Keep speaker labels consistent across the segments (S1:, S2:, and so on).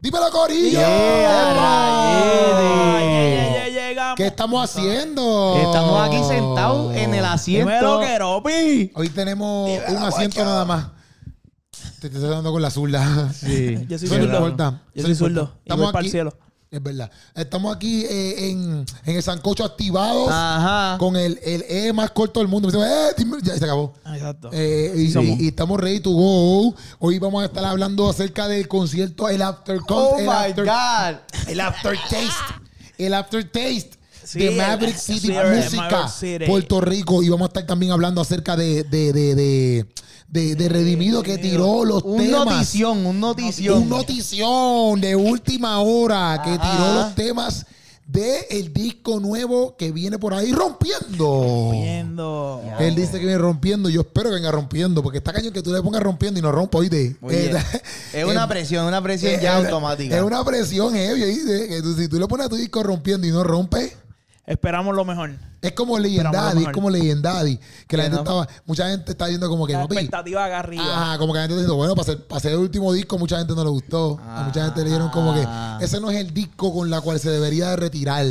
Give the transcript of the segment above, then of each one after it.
S1: dímelo, Corillo.
S2: Ya, ya, ya llegamos.
S1: ¿Qué estamos haciendo?
S3: Estamos aquí sentados en el
S2: Oh. Dímelo,
S3: asiento.
S2: Queropi.
S1: Hoy tenemos un asiento nada más. Te te estás dando con la zurda.
S3: Sí.
S2: Yo soy
S1: Eso no
S2: zurdo.
S1: importa. Eso
S2: Yo soy
S1: no
S2: zurdo.
S1: importa.
S2: Y voy
S1: Estamos
S2: para el
S1: aquí.
S2: cielo.
S1: Es verdad. Estamos aquí eh, en, en el Sancocho activados
S3: Ajá.
S1: con el, el E más corto del mundo. Me dicen, "Eh, dime", ya se acabó.
S2: Exacto.
S1: Eh, y,
S2: Ah, somos.
S1: y- y estamos ready to go. Hoy vamos a estar hablando acerca del concierto, el after
S3: Oh
S1: con- el
S3: my
S1: after-
S3: God.
S1: el aftertaste. El aftertaste.
S2: Sí,
S1: de
S2: el-
S1: Maverick
S2: sí,
S1: City
S2: el
S1: Música,
S2: Maverick City.
S1: Puerto Rico. Y vamos a estar también hablando acerca de, de, de, de, de- de Redimido que tiró los
S3: Un
S1: temas.
S3: notición, un notición.
S1: Un notición de última hora que
S3: Ajá.
S1: tiró los temas del el disco nuevo que viene por ahí rompiendo.
S2: Viendo.
S1: Él dice que viene rompiendo. Yo espero que venga rompiendo. Porque está cañón que tú le pongas rompiendo y no rompo, oíste.
S3: Oye,
S1: Eh,
S3: es una
S1: eh,
S3: presión, una presión
S1: eh,
S3: ya
S1: eh,
S3: automática.
S1: Es una presión heavy. ¿oíste? Que tú- si tú le pones a tu disco rompiendo y no rompe,
S2: Esperamos lo mejor.
S1: es como
S2: a lo
S1: Legendaddy. Es
S2: mejor.
S1: como Legendaddy. Que la
S3: Que
S1: gente
S3: no.
S1: estaba. Mucha gente está diciendo como que.
S2: La
S1: "Papi,
S2: expectativa acá arriba.
S1: Ajá, como que la gente está diciendo, bueno, para ser, para ser el último disco, mucha gente no le gustó. A mucha gente le dieron como que ese no es el disco con la cual se debería de retirar.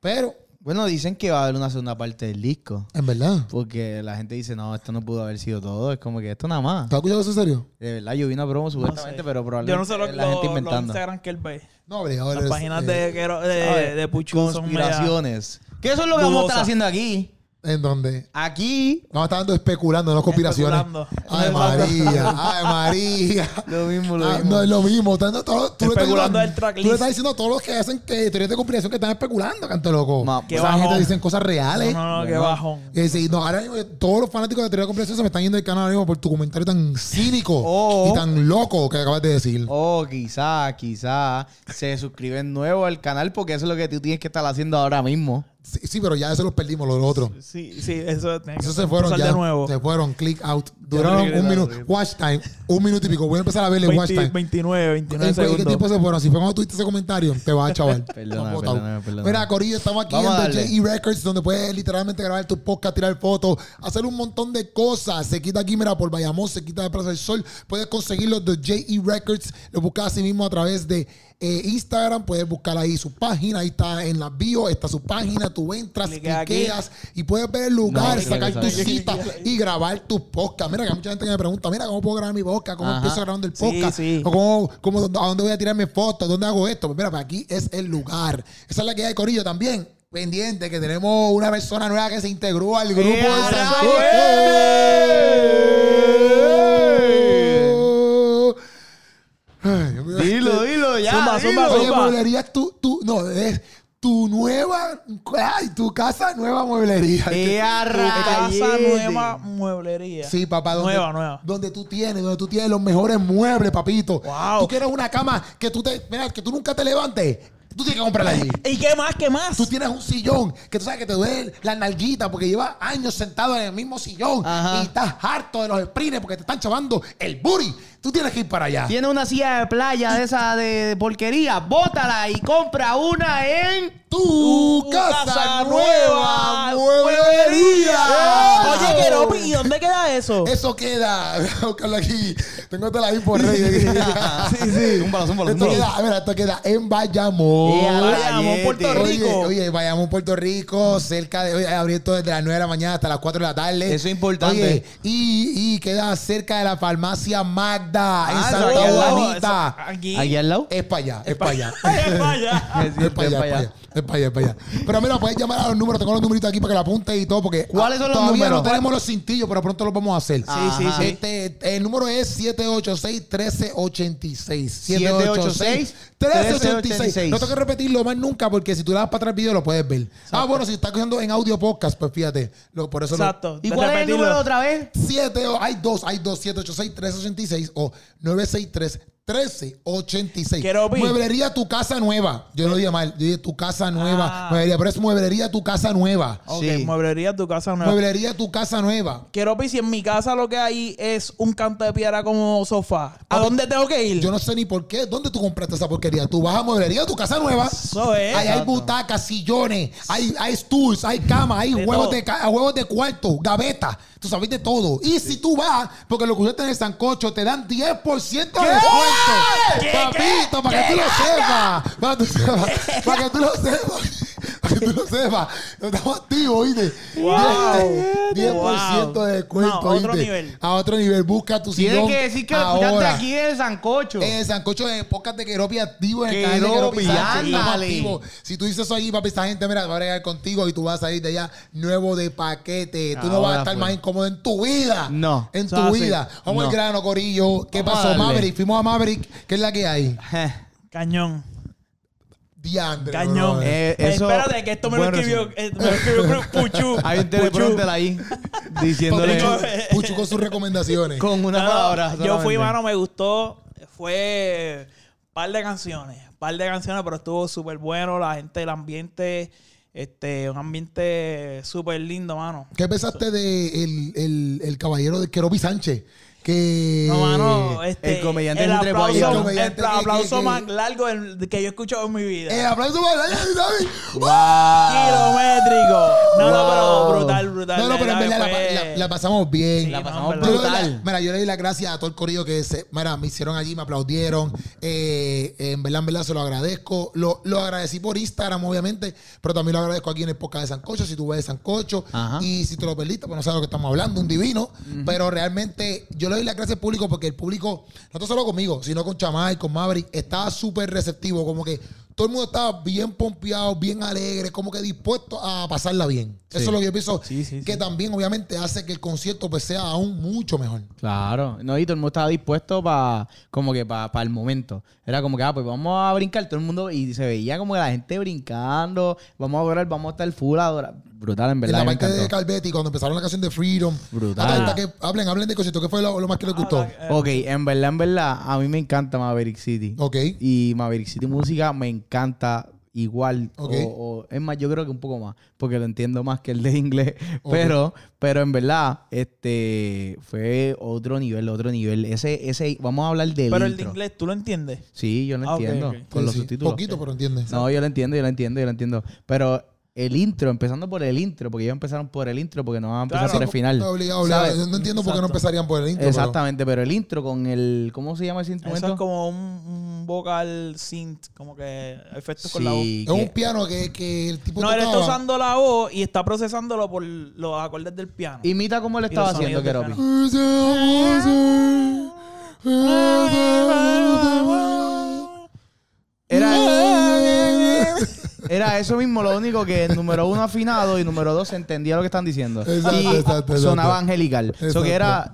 S1: Pero,
S3: Bueno, dicen que va a haber una segunda parte del disco.
S1: en verdad.
S3: Porque la gente dice, no, esto no pudo haber sido todo. Es como que esto nada más.
S1: ¿Tú has escuchado eso en serio?
S3: De verdad, yo vi una promo
S2: No
S3: supuestamente,
S2: sé.
S3: pero probablemente
S2: Yo no sé lo,
S3: la gente
S2: lo- lo
S3: inventando.
S2: Instagram que él ve.
S1: No, hombre, ahora
S2: Las
S1: es,
S2: páginas
S1: eh,
S2: de, Quero- de,
S3: ¿Sabes?
S2: de Puchu son media-
S3: Conspiraciones. ¿Qué eso es lo que vamos a estar
S2: Dudosa.
S3: haciendo aquí?
S1: En donde.
S3: Aquí,
S1: No, está dando especulando, no conspiraciones.
S2: Especulando.
S1: Ay, María, ay, María.
S3: lo mismo, lo
S1: Ah,
S3: mismo.
S1: no es lo mismo. Están dando todo- tú le estás
S2: Especulando
S1: diciendo-
S2: el tracklist.
S1: Tú le estás diciendo a todos los que hacen eh, teorías de conspiración que están especulando, canto loco.
S3: Ma-
S1: Esa
S2: Qué bajón.
S1: gente dicen cosas reales.
S2: No, no, no, qué
S3: Bueno.
S2: bajón.
S1: Eh, sí, no, ahora mismo eh, todos los fanáticos de teoría de conspiración se me están yendo del canal ahora mismo por tu comentario tan cínico
S3: Oh.
S1: y tan loco que acabas de decir.
S2: Oh.
S3: O quizá, quizá Oh, se suscriben nuevo al canal porque eso es lo que tú tienes que estar haciendo ahora mismo.
S1: Sí, sí, pero ya eso los perdimos, los otros.
S2: Sí, sí, eso tiene que
S1: Eso se fueron
S2: empezar
S1: ya.
S2: de nuevo.
S1: Se fueron, click out. Duraron
S2: regresaron,
S1: un minuto.
S2: regresaron.
S1: Watch time. Un minuto y pico. Voy a empezar a verle watch
S2: 20
S1: time.
S2: 29, 29
S1: ¿En qué- qué
S2: segundos.
S1: tiempo se fueron? Si fue cuando tuviste ese comentario, te vas a chaval.
S3: Perdóname,
S1: Estás botado.
S3: perdóname, perdóname.
S1: Mira, Corillo, estamos aquí
S3: Vamos a
S1: en
S3: darle.
S1: The JE Records, donde puedes literalmente grabar tu podcast, tirar fotos, hacer un montón de cosas. Se quita aquí, mira, por Bayamón, se quita de Plaza del Sol. Puedes conseguirlo de JE Records. Lo buscas así mismo a través de eh, Instagram. Puedes buscar ahí su página. Ahí está en la bio, está su página. Tú entras,
S2: Cliquea aquí.
S1: cliqueas y puedes ver el lugar,
S3: No, creo
S1: sacar
S3: que
S1: tu
S3: sabe.
S1: cita y grabar tu podcast. Mira, que hay mucha gente que me pregunta, mira, ¿cómo puedo grabar mi podcast? ¿Cómo
S3: Ajá.
S1: empiezo grabando el
S2: Sí,
S1: podcast?
S2: sí.
S1: O ¿Cómo, cómo, ¿A dónde voy a tirar mis fotos? ¿Dónde hago esto? Pues mira, pues aquí es el lugar. Esa es la que hay, Corillo, también. Pendiente, que tenemos una persona nueva que se integró al grupo de
S3: ¡Eh,
S1: San
S3: rayo,
S1: Juan. Ay, Dios mío. este,
S3: Dilo, dilo, ya.
S2: Zumba, zumba,
S3: dilo.
S1: Oye, mueblerías tú, tú, no, es tu nueva, ay, tu casa nueva mueblería.
S3: ¡Eh, a
S2: Tu casa
S3: rayete!
S2: nueva mueblería.
S1: Sí, papá. Donde,
S2: Nueva, nueva.
S1: Donde tú tienes, donde tú tienes los mejores muebles, papito.
S2: Wow.
S1: Tú quieres una cama que tú te, mira, que tú nunca te levantes. Tú tienes que comprarla allí.
S2: ¿Y qué más? ¿Qué más?
S1: Tú tienes un sillón que tú sabes que te duele la nalguita porque llevas años sentado en el mismo sillón
S3: Ajá.
S1: y estás harto de los sprints porque te están chavando el booty. Tú tienes que ir para allá.
S3: Tiene una silla de playa de esa de, de porquería. Bótala y compra una en.
S1: Tu casa, nueva mueblería.
S2: Oye, Queropi, ¿y dónde queda eso?
S1: Eso queda. Voy a buscarlo aquí. Tengo toda la info rey.
S3: sí, sí. Zúmbalo, zúmbalo,
S1: Esto
S3: zúmbalo.
S1: queda, mira, esto queda en Bayamón.
S3: Eh, a
S2: Vayamos,
S3: rayete.
S2: Puerto
S1: Oye,
S2: Rico.
S1: Oye, vayamos a Puerto Rico, cerca de. Oye, abierto desde las 9 de la mañana hasta las 4 de la tarde.
S3: Eso es importante.
S1: Oye, y, y queda cerca de la farmacia Magda,
S3: Ah,
S1: en
S3: eso
S1: Santa
S3: aquí al lado,
S1: Juanita.
S2: eso- aquí.
S3: Aquí al lado.
S1: Es para allá, es para allá. Es
S2: Ay, vaya.
S1: para allá, es para allá, es para allá, es para allá. Pero mira, puedes llamar a los números, tengo los numeritos aquí para que la apuntes y todo, porque
S3: ¿Cuáles son los
S1: todavía
S3: números?
S1: no tenemos los cintillos, pero pronto los vamos a hacer.
S2: Sí, sí, sí.
S1: Este, el número es 786-1386.
S3: 786-1386.
S1: 786-1386. No tengo que repetirlo más nunca porque si tú le das para atrás el video lo puedes ver. Ah, bueno, si estás cogiendo en audio podcast, pues fíjate. lo- por eso lo-
S2: Exacto.
S3: ¿Y
S2: de
S3: cuál es el
S2: repetirlo.
S3: número otra vez?
S1: Siete, o- hay dos, hay dos, 786-1386 o 963-1386.
S2: Quiero opi-
S1: Mueblería tu casa nueva. Yo lo dije mal, yo dije tu casa nueva.
S2: Ah. Oh,
S1: Mueblería, pero es mueblería tu casa nueva.
S2: Ok,
S3: Sí.
S2: mueblería tu casa nueva.
S1: Mueblería tu casa nueva.
S2: Queropi, si en mi casa lo que hay es un canto de piedra como sofá, ¿a
S1: Papi,
S2: dónde tengo que ir?
S1: Yo no sé ni por qué. ¿Dónde tú compraste esa porquería? Tú vas a mueblería, tu casa nueva.
S2: Eso es.
S1: Ahí hay
S3: Exacto.
S1: butacas, sillones, hay, hay stools, hay camas, hay
S2: De
S1: huevos
S2: todo.
S1: de, ca- huevos de cuarto, gavetas. Tú sabes de todo. Y si tú vas, porque lo que ustedes en el sancocho te dan 10% de descuento.
S2: ¿Qué,
S1: Papito, para que tú lo sepas. Para que tú sepas. Para que tú lo sepas. Para que tú lo sepas. Estamos activos, ¿viste?
S2: Wow.
S1: 10%,
S2: Wow.
S1: de descuento.
S2: No, a otro
S1: ¿oíste?
S2: nivel.
S1: A otro nivel. Busca tu
S3: Tienes
S1: sillón
S3: que decir que lo escuchaste
S1: ahora. Eh,
S3: aquí en el Sancocho.
S1: En el Sancocho de Podcast de Queropi activo en el canal de
S3: Queropi,
S1: Queropi. Sancocho,
S3: ándale.
S1: estamos activos. Si tú dices eso ahí, papi, esta gente, mira, va a bregar contigo y tú vas a ir de allá nuevo de paquete. Tú no vas
S3: Ahora
S1: a estar
S3: fue.
S1: más incómodo en tu vida.
S3: No.
S1: En tu
S3: Eso es así.
S1: vida. Vamos
S3: No.
S1: al grano, Corillo. ¿Qué
S3: Vamos a
S1: pasó,
S3: darle.
S1: Maverick? Fuimos a Maverick. ¿Qué es la que hay?
S2: Cañón.
S1: Diandre.
S2: Cañón.
S1: brother.
S3: Eh, eso-
S2: Espérate, que esto me lo
S3: buen
S2: escribió, eh, me lo escribió Cruz Puchu.
S3: Hay un
S2: Puchu.
S3: teleprompter ahí diciéndole
S1: Puchu, Puchu con sus recomendaciones.
S3: con una
S2: No, no,
S3: palabra.
S2: Yo fui,
S3: solamente.
S2: mano, me gustó. Fue par de canciones, par de canciones, pero estuvo súper bueno. La gente, el ambiente, este, un ambiente súper lindo, mano.
S1: ¿Qué pensaste de el, el, el caballero de Queropi Sánchez? Que.
S2: No, mano, este,
S3: el comediante
S2: el
S3: es entre
S2: aplauso,
S1: pollos.
S2: el
S1: El comediante que-
S2: aplauso
S1: que- que-
S2: más largo del- que yo he escuchado en mi vida.
S3: Eh,
S1: El aplauso para Eh, Daniel, ¿sabes?
S2: Kilométrico. No, no,
S3: Wow.
S2: pero brutal, brutal.
S1: No, no, pero en verdad la,
S3: pues.
S2: fue-
S1: la- la pasamos bien.
S2: Sí,
S3: La
S2: no,
S3: pasamos
S2: en
S1: Yo le
S2: verdad.
S1: doy la-
S3: brutal.
S1: mira, yo le di las gracias a todo el corillo que se, mira, me hicieron allí, me aplaudieron. Eh, en verdad, en verdad, se lo agradezco. Lo, lo agradecí por Instagram, obviamente, pero también lo agradezco aquí en el podcast de Sancocho, si tú ves Sancocho.
S3: Ajá.
S1: Y si te lo perdiste, pues no sabes lo que estamos hablando, un divino. Pero realmente, yo le doy las gracias al público porque el público, no tan solo conmigo, sino con Chamay, con Maverick, estaba súper receptivo, como que todo el mundo estaba bien pompeado, bien alegre, como que dispuesto a pasarla bien. Eso es lo que yo pienso
S2: Sí, sí,
S1: que
S2: sí.
S1: también obviamente hace que el concierto pues sea aún mucho mejor.
S3: Claro, no, y todo el mundo estaba dispuesto para como que para el momento. Era como que, ah, pues vamos a brincar todo el mundo y se veía como que la gente brincando, vamos a adorar, vamos a estar full adorar. Brutal, en verdad.
S1: en
S3: me
S1: la parte de
S3: encantó.
S1: Calvetti, cuando empezaron la canción de Freedom.
S3: Brutal.
S1: Hasta- hasta que hablen, hablen de concierto. ¿Qué fue lo, lo más que les gustó?
S2: Ah,
S3: Ok, en verdad, en verdad, a mí me encanta Maverick City.
S1: ok.
S3: Y Maverick City Música me encanta igual.
S1: Ok.
S3: O, o- es más, yo creo que un poco más, porque lo entiendo más que el de inglés. Pero, pero en verdad, este fue otro nivel, otro nivel. Ese, ese, vamos a hablar del
S2: Pero el de
S3: intro.
S2: inglés, ¿tú lo entiendes?
S3: Sí, yo lo
S2: Ah, ok,
S3: entiendo.
S2: ok.
S3: Con
S1: Sí,
S3: los
S1: sí.
S3: subtítulos.
S1: Poquito, pero entiendes.
S3: No, yo lo entiendo, yo lo entiendo, yo lo entiendo. Pero el intro, empezando por el intro, porque ellos empezaron por el intro, porque no van a empezar
S2: Claro.
S3: por el final.
S1: Está obligado, obligado.
S3: ¿sabes?
S1: Yo No entiendo por qué no
S2: Exacto.
S1: empezarían por el intro. pero-
S3: Exactamente, pero el intro con el. ¿Cómo se llama ese instrumento?
S2: Eso es como un, un vocal synth, como que efectos con la voz.
S3: Sí,
S1: Es
S3: que-
S1: un piano que, que el tipo
S2: No, él está
S1: tocaba.
S2: usando la voz y está procesándolo por los acordes del piano.
S3: Imita como lo
S2: los
S3: estaba
S2: sonidos
S3: haciendo,
S2: del
S3: Keropi.
S2: piano.
S3: Era, era eso mismo, lo único que número uno afinado y número dos entendía lo que están diciendo.
S1: Exacto,
S3: y
S1: exacto, exacto.
S3: sonaba angelical. Eso
S1: Exacto.
S3: que era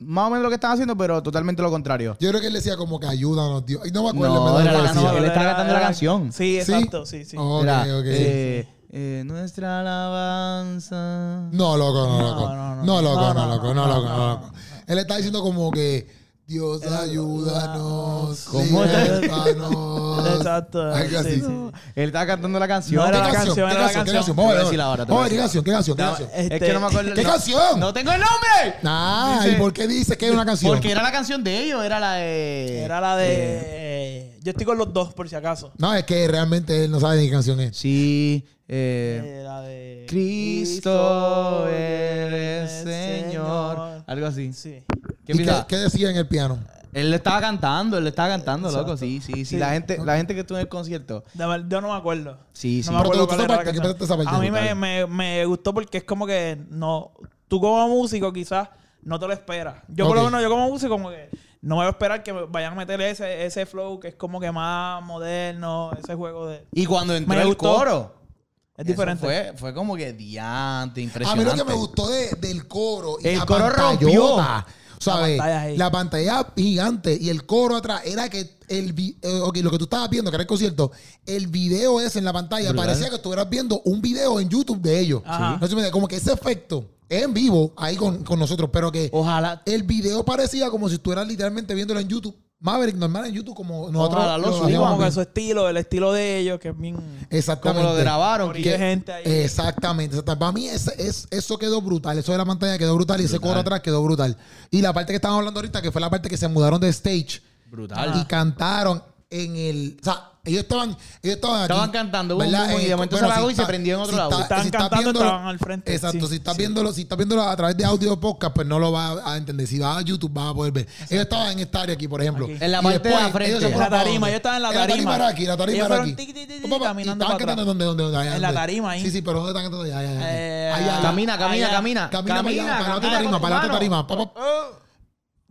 S3: más o menos lo que están haciendo, pero totalmente lo contrario.
S1: Yo creo que él decía como que ayúdanos, Dios. Ay, No me acuerdo.
S3: No,
S1: en verdad,
S3: era
S1: lo
S3: la-
S1: que decía.
S3: no, él está cantando la canción.
S2: Sí,
S1: ¿Sí? Oh,
S2: exacto, sí, sí.
S1: Ok,
S3: Era,
S1: ok.
S3: eh, eh, nuestra alabanza.
S1: No, loco, no,
S2: No,
S1: loco.
S2: no, no.
S1: No, loco, no,
S2: No, no,
S1: loco,
S2: no,
S1: no,
S2: no,
S1: loco, no,
S2: no,
S1: loco. Él está diciendo como que Dios ayúdanos.
S3: ¿Cómo está?
S1: libertanos.
S2: Exacto.
S1: Algo así.
S2: sí, sí.
S3: Él estaba cantando la canción.
S2: No,
S1: ¿Qué
S2: era la
S1: canción?
S2: canción,
S1: ¿Qué
S2: era la
S1: canción? ¿Qué
S2: canción.
S1: canción?
S3: Te voy
S1: Vamos
S3: a
S1: a
S3: decir ahora, te voy a
S1: ver. ¿Qué
S3: decir.
S1: canción? ¿Qué canción? ¿Qué
S3: Estaba-
S1: canción?
S2: este,
S3: Es que no me acuerdo.
S1: ¿Qué
S3: no-
S1: canción?
S3: No tengo el nombre.
S1: Ah, ¿y
S3: Dice-
S1: por qué dices que es una canción?
S3: Porque era la canción de ellos, era la de.
S2: Era la de...
S3: Eh,
S2: Yo estoy con los dos, por si acaso.
S1: No, es que realmente él no sabe ni qué canción es.
S3: Sí, eh,
S2: Eh, la de...
S3: Cristo eres Señor. Algo así.
S2: Sí.
S3: ¿Qué
S1: ¿Y ¿Qué,
S3: empieza?
S1: qué decía en el piano?
S3: Él le estaba cantando, él le estaba cantando, loco.
S2: Exacto.
S3: Sí, sí, sí.
S2: Sí.
S3: La, gente, la gente que estuvo en el concierto.
S2: De ver- yo no me acuerdo.
S3: Sí, sí.
S2: No me
S1: Pero
S2: acuerdo
S1: te gustó
S2: cuál
S1: esa
S2: era la
S1: parte, ¿qué
S2: canción.
S1: parte te esa
S2: A mí me,
S1: parte?
S2: me, me gustó porque es como que no. Tú como músico quizás no te lo esperas. Yo por
S1: Ok.
S2: lo menos, yo como músico, como que no me voy a esperar que me vayan a meter ese, ese flow que es como que más moderno, ese juego de.
S3: Y cuando entró
S2: Me
S3: el
S2: gustó.
S3: coro.
S2: Es
S3: eso
S2: diferente.
S3: Fue, fue como que diante,
S1: A mí
S3: impresionante.
S1: lo Ah, que me gustó de- del coro. y
S3: El
S1: la
S3: coro
S1: pantallota, ¿Sabes? La
S2: pantalla
S1: pantalla,
S2: ahí.
S1: gigante y el coro atrás era que el vi- eh, ok, lo que tú estabas viendo, que era el concierto, el video ese en la pantalla
S3: Brutal.
S1: parecía que estuvieras viendo un video en YouTube de ellos.
S2: Ajá.
S1: No sé, me- como que ese efecto es en vivo ahí con, con nosotros, pero que
S3: Ojalá.
S1: el video parecía como si estuvieras literalmente viéndolo en YouTube. Maverick normal en YouTube como nosotros
S3: Ojalá lo
S1: lo
S3: subimos
S2: Sí,
S1: hacíamos
S2: como que
S1: bien.
S2: su estilo, el estilo de ellos, que es bien.
S1: Exactamente.
S3: Como lo grabaron.
S2: Corillo
S1: que-
S2: de gente ahí.
S1: Exactamente, exacta- Para mí ese- es, eso quedó brutal. Eso de la pantalla quedó brutal y ese
S3: Brutal.
S1: coro atrás quedó brutal. Y la parte que estábamos hablando ahorita, que fue la parte que se mudaron de stage
S3: Brutal.
S1: y cantaron en el... O sea, ellos estaban, ellos estaban aquí.
S3: Estaban cantando, boom, boom, y de
S1: Esto-
S3: momento se apagó y se prendió en otro lado.
S2: Si estaban
S1: estás
S2: cantando,
S1: viéndolo-
S2: estaban al frente,
S1: Exacto,
S2: sí,
S1: si estás viéndolo, si estás viéndolo a través de audio podcast, pues no lo vas a entender. Si vas a YouTube vas a poder ver. Ellos estaban en esta área aquí, por ejemplo.
S2: Aquí.
S3: En la
S1: Y
S3: parte de
S1: después,
S3: la frente.
S1: ellos se
S3: En
S2: la
S1: fueron para
S2: tarima,
S1: dónde?
S2: ellos estaban en la
S1: La
S2: tarima.
S1: tarima era aquí, la tarima
S2: Ellos
S1: era
S2: fueron
S1: aquí.
S2: tic, tic, tic, tic,
S1: Papá, papá,
S2: caminando
S1: estaban
S2: para atrás.
S1: cantando donde, donde, donde, allá,
S2: En la
S1: donde.
S2: tarima ahí.
S1: Sí, sí, pero ¿dónde están cantando? Allá, allá, allá.
S2: Eh,
S1: Allá, allá.
S3: Camina, camina,
S2: Allá.
S3: camina.
S1: Camina para allá, para la otra
S3: camina
S1: tarima,
S3: con
S1: para la otra
S3: tu mano.
S1: tarima. Papá,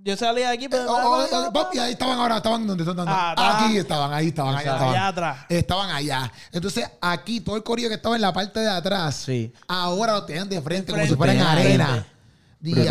S2: Yo salí de aquí, pero.
S1: Oh, oh, oh, papi, ahí estaban ahora, estaban donde están dando.
S2: Ah, atrás.
S1: Aquí estaban, ahí estaban, ahí
S3: Exacto.
S1: estaban.
S2: Allá atrás.
S1: Estaban allá. Entonces, aquí todo el corillo que estaba en la parte de atrás,
S3: Sí.
S1: ahora lo tenían de frente,
S2: De
S1: como si
S2: frente.
S1: fuera en
S3: De
S1: arena.
S2: frente.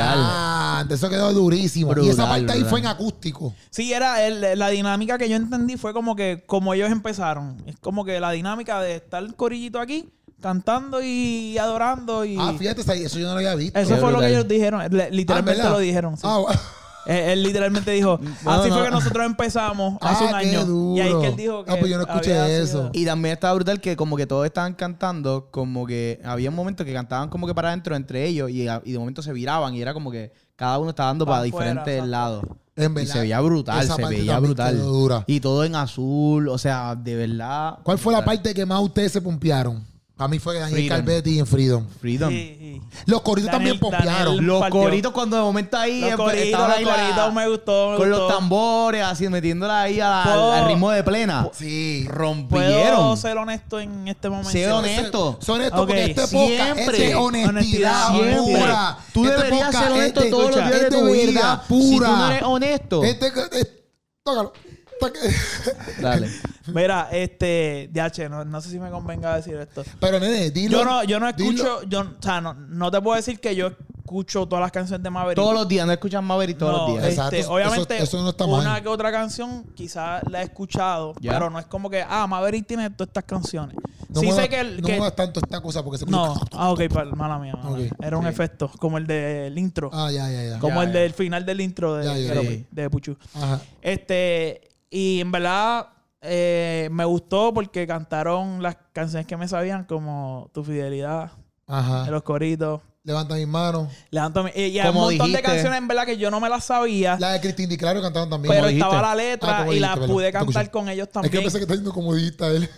S1: Diante, eso quedó durísimo. y esa
S3: Brutal,
S1: parte ahí
S3: brutal.
S1: fue en acústico.
S2: Sí, era el- la dinámica que yo entendí fue como que como ellos empezaron. Es como que la dinámica de estar el corillito aquí, cantando y adorando. y
S1: Ah, fíjate, esa- eso yo no lo había visto. Ah,
S2: Eso
S3: Qué
S2: fue lo que
S3: brutal.
S2: ellos dijeron. Le- literalmente
S1: ¿verdad?
S2: lo dijeron. sí. Eh,
S1: Ah, bueno.
S2: Él, él literalmente dijo, así
S3: Mm, no.
S2: fue que nosotros empezamos hace
S1: Ah,
S2: un
S1: qué
S2: año.
S1: duro.
S2: Y ahí es que él dijo que
S1: Ah, pues yo no escuché
S2: había sido-
S1: eso.
S3: Y también estaba brutal que como que todos estaban cantando, como que había un momento que cantaban como que para adentro entre ellos y, y de momento se viraban y era como que cada uno estaba dando
S2: Pa'
S3: para,
S2: afuera,
S3: diferentes
S2: pa'
S3: lados.
S1: En
S3: Y
S1: verdad,
S3: se veía brutal,
S1: esa
S3: se
S1: parte
S3: veía
S1: también
S3: brutal.
S1: quedó dura.
S3: Y todo en azul, o sea, de verdad.
S1: ¿Cuál fue la
S3: brutal.
S1: parte que más ustedes se pompearon? A mí fue Daniel
S3: Freedom.
S1: Calvetti en Freedom.
S3: Freedom.
S2: Sí, sí.
S1: Los coritos también
S2: Daniel-
S1: pompearon.
S2: Daniel-
S3: Los
S2: Partió.
S3: coritos cuando de momento ahí
S2: Los
S3: eh,
S2: coritos,
S3: estaban
S2: los
S3: ahí la-
S2: coritos, me gustó. me
S3: con los
S2: gustó.
S3: tambores, así metiéndola ahí a la-
S2: Puedo-
S3: al ritmo de plena.
S1: Sí.
S2: ¿Puedo
S3: Rompieron.
S2: ser honesto en este momento?
S3: Sé honesto.
S1: Son honestos
S2: Ok,
S1: porque este
S3: siempre.
S1: podcast es de honestidad,
S2: Honestidad,
S1: pura.
S3: Ah, Tú
S1: Este
S3: deberías
S1: podcast
S3: ser
S1: es
S3: honesto
S1: de-
S3: todos los días de
S1: es
S3: tu vida.
S1: vida
S3: Si tú
S1: pura.
S3: no eres honesto.
S1: Este, eh, tócalo. Toca-
S3: Dale.
S2: Mira, este, DH, no, no sé si me convenga decir esto.
S1: Pero nene, dilo.
S2: Yo no, yo no
S1: dilo.
S2: escucho, yo, o sea, no, no te puedo decir que yo escucho todas las canciones de Maverick.
S3: Todos los días, no escuchas Maverick todos
S2: No,
S3: los días.
S2: este,
S1: Exacto, eso-
S2: obviamente,
S1: eso no está mal.
S2: una que otra canción quizás la he escuchado,
S3: Ya.
S2: pero no es como que, ah, Maverick tiene todas estas canciones.
S1: No
S2: sí
S1: muevas-
S2: sé que... el-
S1: no
S2: que-
S1: muevas tanto esta cosa porque se
S2: no,
S1: escucha-
S2: ah, ok, pa- mala mía. mala mía.
S1: Ok,
S2: Era un
S3: sí.
S2: efecto, como el del intro,
S1: Ah, ya, ya, ya.
S2: como
S3: Ya,
S2: el
S3: ya.
S2: del final del intro de,
S1: Ya, ya,
S2: de-
S3: sí.
S2: de Puchu.
S1: Ajá.
S2: Este, y en verdad eh, me gustó porque cantaron las canciones que me sabían, como Tu Fidelidad, de
S1: Ajá.
S2: Los Coritos.
S1: Levanta mis manos.
S2: Levanto mi- y, eh, y hay un
S3: Como
S2: montón de
S3: dijiste.
S2: canciones en verdad que yo no me las sabía,
S1: La de Cristín Di Claro cantaron también.
S2: pero
S3: como
S2: estaba
S3: dijiste.
S2: la
S1: Ah,
S2: letra
S1: como
S2: y la
S1: dijiste, perdón.
S2: pude
S1: Te
S2: cantar
S1: escuché.
S2: con ellos
S1: Es que
S2: también.
S1: pensé que está diciendo comodita él.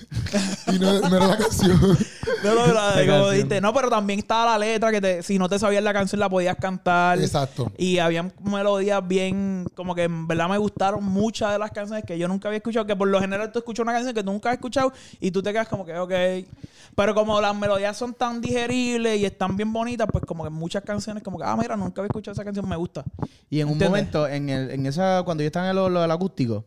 S1: y no, no era la canción.
S2: No, no, la-
S3: Esa
S2: como
S3: canción.
S2: dijiste, no, pero también estaba la letra que te- si no te sabías la canción la podías cantar.
S1: Exacto.
S2: Y había melodías bien, como que en verdad me gustaron muchas de las canciones que yo nunca había escuchado, que por lo general tú escuchas una canción que tú nunca has escuchado y tú te quedas como que, ok. Pero como las melodías son tan digeribles y están bien bonitas, pues como que muchas canciones como que, ah, mira, nunca había escuchado esa canción, me gusta.
S3: Y en un
S2: ¿Entiendes?
S3: momento, en, el, en esa, cuando yo estaba en lo, lo del acústico,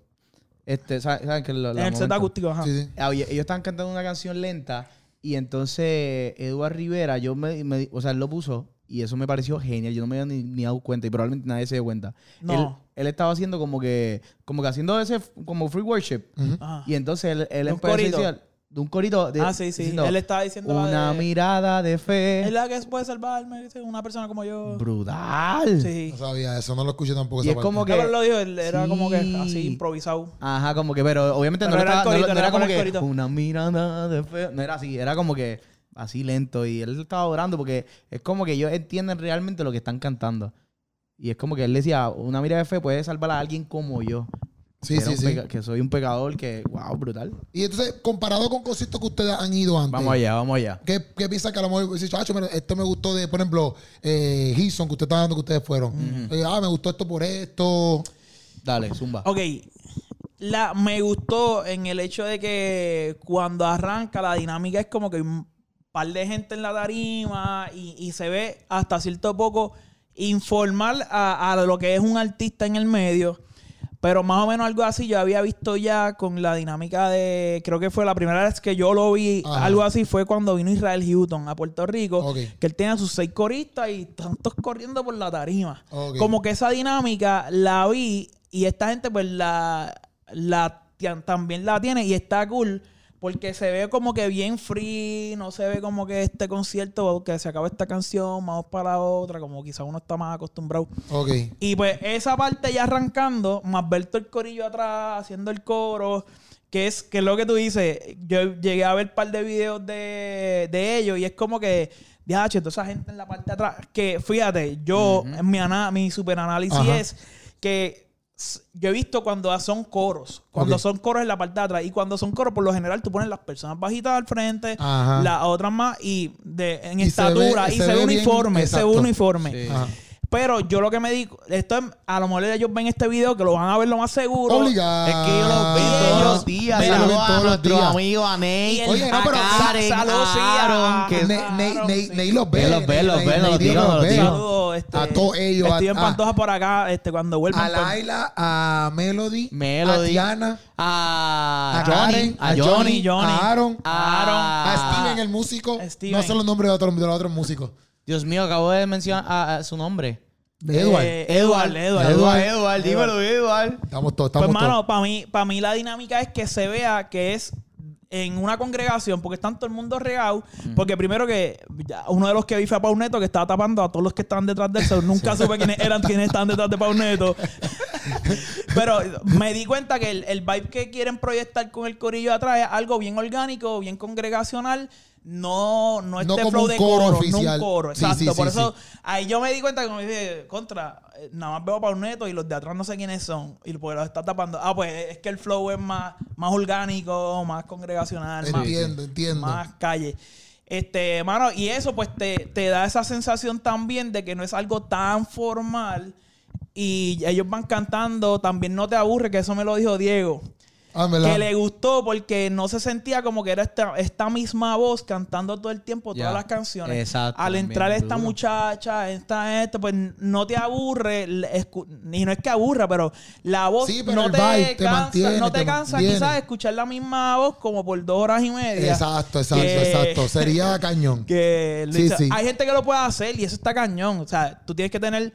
S3: este, ¿saben, saben que lo,
S2: En
S3: lo
S2: el set
S3: momento-
S2: acústico, ajá.
S1: Sí, sí.
S3: Había- Ah, ellos estaban cantando una canción lenta y entonces Eduard Rivera, yo me, me- o sea, él lo puso y eso me pareció genial. Yo no me había ni, ni dado cuenta y probablemente nadie se dio cuenta.
S2: No.
S3: Él, él estaba haciendo como que, como que haciendo ese, f- como free worship.
S2: Ajá.
S3: Y entonces él, él
S2: Ah. ¿De un
S3: empezó a
S2: corito?
S3: decir- de un corito. de-
S2: Ah, sí, sí.
S3: diciendo,
S2: Él estaba diciendo la
S3: una
S2: de-
S3: mirada de
S2: Es
S3: fe.
S2: la que puede salvarme, dice, una persona como yo.
S3: Brutal.
S2: Sí.
S1: No sabía eso, no lo escuché tampoco.
S3: Y
S1: esa
S3: es como
S1: parte.
S2: Ah, pero
S3: que...
S2: lo dijo, él era como que
S3: Sí.
S2: así improvisado.
S3: Ajá, como que, pero obviamente
S2: Pero
S3: no,
S2: era el
S3: era,
S2: corito,
S3: no,
S2: no era
S3: era como
S2: con el
S3: que
S2: corito.
S3: una mirada de feo. No era así, era como que así lento. Y él estaba orando porque es como que ellos entienden realmente lo que están cantando. Y es como que él decía, una mirada de fe puede salvar a alguien como yo.
S1: Sí,
S3: que era
S1: sí,
S3: un
S1: sí.
S3: peca- Que soy un pecador, que, wow, brutal.
S1: Y entonces, comparado con conciertos que ustedes han ido antes.
S3: Vamos allá, vamos allá.
S1: ¿Qué, qué piensa que a lo mejor dice, chacho, mira, esto me gustó de, por ejemplo, eh, Gilson, que usted está dando que ustedes fueron? Eh, ah, me gustó esto por esto.
S3: Dale, zumba.
S2: Ok. La, me gustó en el hecho de que cuando arranca la dinámica es como que un par de gente en la tarima y, y se ve hasta cierto poco informal a, a lo que es un artista en el medio. Pero más o menos algo así yo había visto ya con la dinámica de... Creo que fue la primera vez que yo lo vi,
S1: Ajá.
S2: algo así, fue cuando vino Israel Houghton a Puerto Rico.
S1: Ok.
S2: Que él tenía sus seis coristas y tantos corriendo por la tarima.
S1: Ok.
S2: Como que esa dinámica la vi y esta gente pues la, la tian- también la tiene y está cool porque se ve como que bien free, no se ve como que este concierto, que se acaba esta canción, vamos para la otra, como quizá uno está más acostumbrado.
S1: Ok.
S2: Y pues esa parte ya arrancando, más Berto el corillo atrás haciendo el coro, que es, que es lo que tú dices. Yo llegué a ver un par de videos de, de ellos y es como que, diache, toda esa gente en la parte de atrás. Que fíjate, yo, en mi, ana- mi superanálisis
S1: Ajá.
S2: es que s- yo he visto cuando son coros. Cuando
S1: Ok.
S2: son coros en la parte de atrás. Y cuando son coros, por lo general, tú pones las personas bajitas al frente,
S1: Ajá.
S2: las otras más, y de, en
S1: Y se
S2: estatura,
S1: ve-
S2: y
S1: se
S2: se,
S1: ve
S2: ve
S1: bien,
S2: uniforme, se ve
S1: exacto.
S2: uniforme.
S4: Sí.
S1: Ajá.
S2: Pero yo lo que me digo, esto es- a lo mejor ellos ven este video que lo van a ver lo más seguro. Eh,
S1: Obligado.
S3: Es que yo los vi todos los días.
S1: Mira, lo
S3: Saludos
S1: ven
S3: a
S1: Ah, todos los
S3: nuestro
S1: días.
S3: amigo, a Ney.
S2: Y el-
S1: Oye, no, pero-
S3: a Karen,
S2: Saludos, sí, a-
S3: a Aaron, que-
S1: Ne- Ney-
S2: Claro,
S1: Ney-
S2: sí.
S1: Ney los ve.
S3: Él los
S1: Ney-
S3: ve, los
S1: Ney-
S3: ve,
S1: Ney
S3: los
S1: Diego
S3: digo, los digo.
S2: Saludos, este,
S1: A todos ellos,
S2: Estoy
S1: a-
S2: en Pantoja por acá este, cuando
S1: A
S2: vuelvan. por-
S1: Laila, a Melody,
S3: Melody.
S1: a Tiana,
S3: a
S1: a
S3: Johnny,
S1: Karen,
S3: a Johnny,
S2: Johnny,
S1: a Aaron, a,
S3: a
S2: Aaron,
S1: Steven el músico.
S2: Steven.
S1: No son los nombres de, otros- de los otros músicos.
S3: Dios mío, acabo de mencionar ah, ah, su nombre.
S1: De Edward.
S2: Eh, Edward, Edward.
S1: Edward.
S3: dímelo, Edward.
S1: estamos todos,
S2: Pues,
S1: estamos todos.
S2: mano, para mí, para mí la dinámica es que se vea que es en una congregación, porque están todo el mundo regado.
S1: Mm.
S2: Porque primero que ya, uno de los que vi fue a Pauneto, que estaba tapando a todos los que estaban detrás de él. so, Nunca supe quiénes eran, quiénes estaban detrás de Pauneto. Pero me di cuenta que el, el vibe que quieren proyectar con el corillo de atrás es algo bien orgánico, bien congregacional. No,
S1: No
S2: no este
S1: como
S2: flow
S1: un
S2: de
S1: coro
S2: coro,
S1: oficial.
S2: no un coro.
S1: Sí,
S2: Exacto.
S1: sí,
S2: Por
S1: sí,
S2: eso ahí yo me di cuenta que me dije, contra, eh, nada más veo a Pauneto y los de atrás no sé quiénes son. Y pues los está tapando. Ah, pues es que el flow es más, más orgánico, más congregacional, más,
S1: Entiendo, entiendo.
S2: pues, más calle. Este, mano, y eso pues te, te da esa sensación también de que no es algo tan formal y ellos van cantando, también no te aburre, que eso me lo dijo Diego,
S1: Ah, ¿verdad?
S2: que le gustó porque no se sentía como que era esta, esta misma voz cantando todo el tiempo todas
S3: Ya.
S2: las canciones.
S3: Exacto,
S2: Al
S3: bien
S2: entrar esta
S3: duro.
S2: muchacha, esta, este, pues no te aburre, le- escu- y no es que aburra, pero la voz
S1: Sí, pero
S2: no
S1: el vibe te
S2: cansa,
S1: mantiene,
S2: no te,
S1: te
S2: cansa
S1: mantiene.
S2: quizás escuchar la misma voz como por dos horas y media.
S1: Exacto, exacto,
S2: que-
S1: exacto. Sería cañón.
S2: que lo
S1: Sí,
S2: hizo-
S1: sí.
S2: hay gente que lo puede hacer y eso está cañón. O sea, tú tienes que tener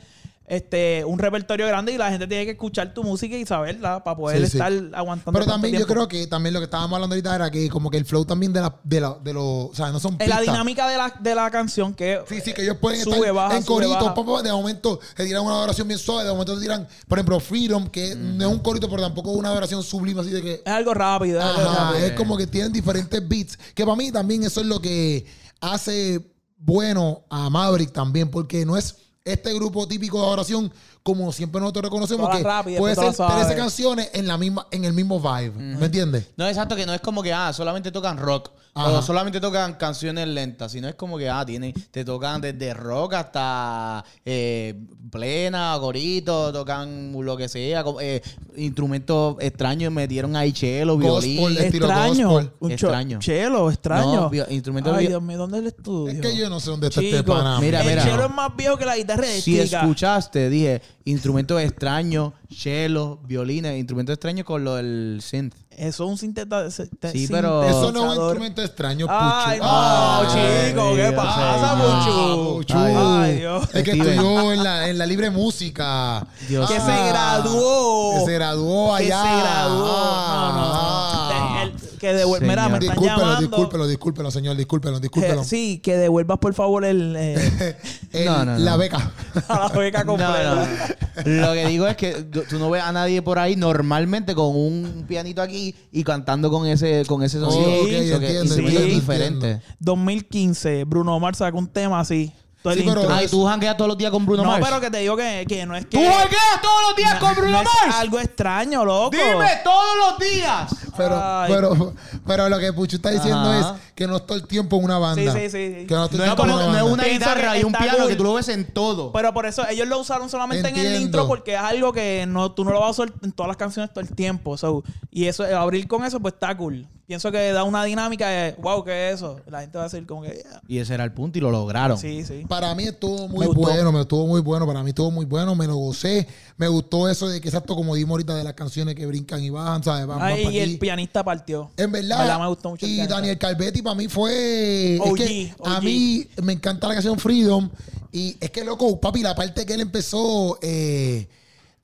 S2: este un repertorio grande y la gente tiene que escuchar tu música y saberla para poder
S1: Sí, sí.
S2: estar aguantando.
S1: Pero
S2: tanto
S1: también yo
S2: tiempo.
S1: creo que también lo que estábamos hablando ahorita era que como que el flow también de la, de la, de los, o sea, no son
S2: Es la
S1: pistas.
S2: dinámica de la, de la canción que
S1: Sí, sí, que ellos pueden
S2: Sube,
S1: estar
S2: baja,
S1: en
S2: sube,
S1: coritos,
S2: baja.
S1: pa, pa, pa, de momento se tiran una oración bien suave, de momento te tiran, por ejemplo, Freedom, que no es un corito, pero tampoco es una oración sublime así de que
S2: es algo rápido. es algo
S1: Ajá,
S2: rápido.
S1: es como que tienen diferentes beats. Que para mí también eso es lo que hace bueno a Maverick también, porque no es este grupo típico de oración como siempre nosotros reconocemos
S2: Todas
S1: que
S2: rápidas,
S1: puede ser
S2: pero todas
S1: 13
S2: suaves.
S1: canciones en la misma en el mismo vibe, ¿me entiendes?
S3: No, exacto, que no es como que, ah, solamente tocan rock.
S1: Ajá.
S3: O solamente tocan canciones lentas, sino es como que, ah, tienen, te tocan desde rock hasta eh, plena, gorito, tocan lo que sea, como, eh, instrumentos extraños, metieron ahí cello,
S1: Gospel,
S3: violín.
S1: de estilo
S2: extraño.
S1: gospel.
S2: Un cho-
S3: Extraño.
S2: Chelo, extraño.
S3: No, vi- instrumento
S2: Ay,
S3: vi-
S2: Dios mío, ¿dónde es el estudio?
S1: Es que yo no sé dónde está este
S2: Chico,
S1: pana.
S3: Mira,
S2: el
S3: mira.
S2: chelo es más viejo que la guitarra
S1: eh,
S3: Si
S2: eléctrica.
S3: escuchaste, dije, instrumentos extraños, cello, violines, instrumentos extraños con lo del synth.
S2: Eso es un sinteta- sinte-
S3: Sí, pero- Ah,
S1: Eso no es un
S2: sintetizador.
S1: instrumento extraño, Ah, Puchu.
S2: Ay, no,
S1: Ay,
S2: chico, ¿qué
S3: Dios
S2: pasa,
S3: señor.
S2: Puchu?
S1: Puchu.
S2: Ay, Dios.
S1: Es que
S3: Steven.
S1: estudió en la, en la libre música. Ah,
S3: Dios
S2: Que
S3: mío.
S2: se graduó.
S1: Que se graduó
S2: Que se
S1: allá.
S2: graduó. No, no,
S1: Ah.
S2: no. El- que devuel- Mira, me están
S3: Señor.
S1: Discúlpelo,
S2: llamando.
S1: discúlpelo, discúlpelo, señor, discúlpelo,
S2: Que-
S1: discúlpelo.
S2: sí, que devuelvas por favor el, eh,
S1: El-
S3: No, no, no.
S1: La beca.
S2: a la beca
S3: No,
S2: completa.
S3: no, no. Lo que digo es que tú tú no ves a nadie por ahí normalmente con un pianito aquí y cantando con ese, con ese sonido.
S1: Ok,
S3: So que
S1: entiendo,
S3: instrumentos
S2: entiendo,
S3: diferentes.
S2: 2015, Bruno Omar sacó un tema así. Todo el
S1: Sí, pero-
S2: intro.
S3: Ay, tú jangueas todos los días con Bruno
S2: no,
S3: Mars.
S2: pero que te digo que, que no es que.
S3: ¡Tú jangueas todos los días
S2: no-
S3: con Bruno
S2: no es
S3: Mars!
S2: Algo extraño, loco.
S3: ¡Dime todos los días!
S1: Pero,
S2: Ay.
S1: pero, pero lo que Puchu está diciendo
S3: Ajá.
S1: es que no es todo el tiempo en una banda.
S2: Sí, sí, sí, sí.
S1: Que no es todo
S3: No
S1: el
S3: es,
S1: tiempo en
S3: como-
S1: una
S3: no es
S1: banda.
S3: una
S2: Pienso
S3: guitarra
S2: que
S3: y un
S2: está
S3: piano
S2: cool.
S3: que tú lo ves en todo.
S2: Pero por eso ellos lo usaron solamente en el
S1: Entiendo.
S2: intro porque es algo que no, tú no lo vas a usar en todas las canciones todo el tiempo. So, y eso, eh, abrir con eso, pues está cool. Pienso que da una dinámica de, wow, ¿qué es eso? La gente va a decir como que, "Yeah".
S3: Y ese era el punto y lo lograron.
S2: sí, sí.
S1: Para mí estuvo muy
S2: gustó.
S1: bueno, me estuvo muy bueno, para mí estuvo muy bueno, me lo gocé. Me gustó eso de que exacto como dimos ahorita de las canciones que brincan y bajan, ¿sabes? Van, van
S2: Ay,
S1: pa'
S2: y el
S1: aquí.
S2: pianista partió.
S1: En verdad,
S2: En verdad me gustó mucho el
S1: y
S2: pianista.
S1: Daniel Calvetti para mí fue...
S2: OG,
S1: es que a
S2: OG.
S1: mí me encanta la canción Freedom y es que loco, papi, la parte que él empezó... eh,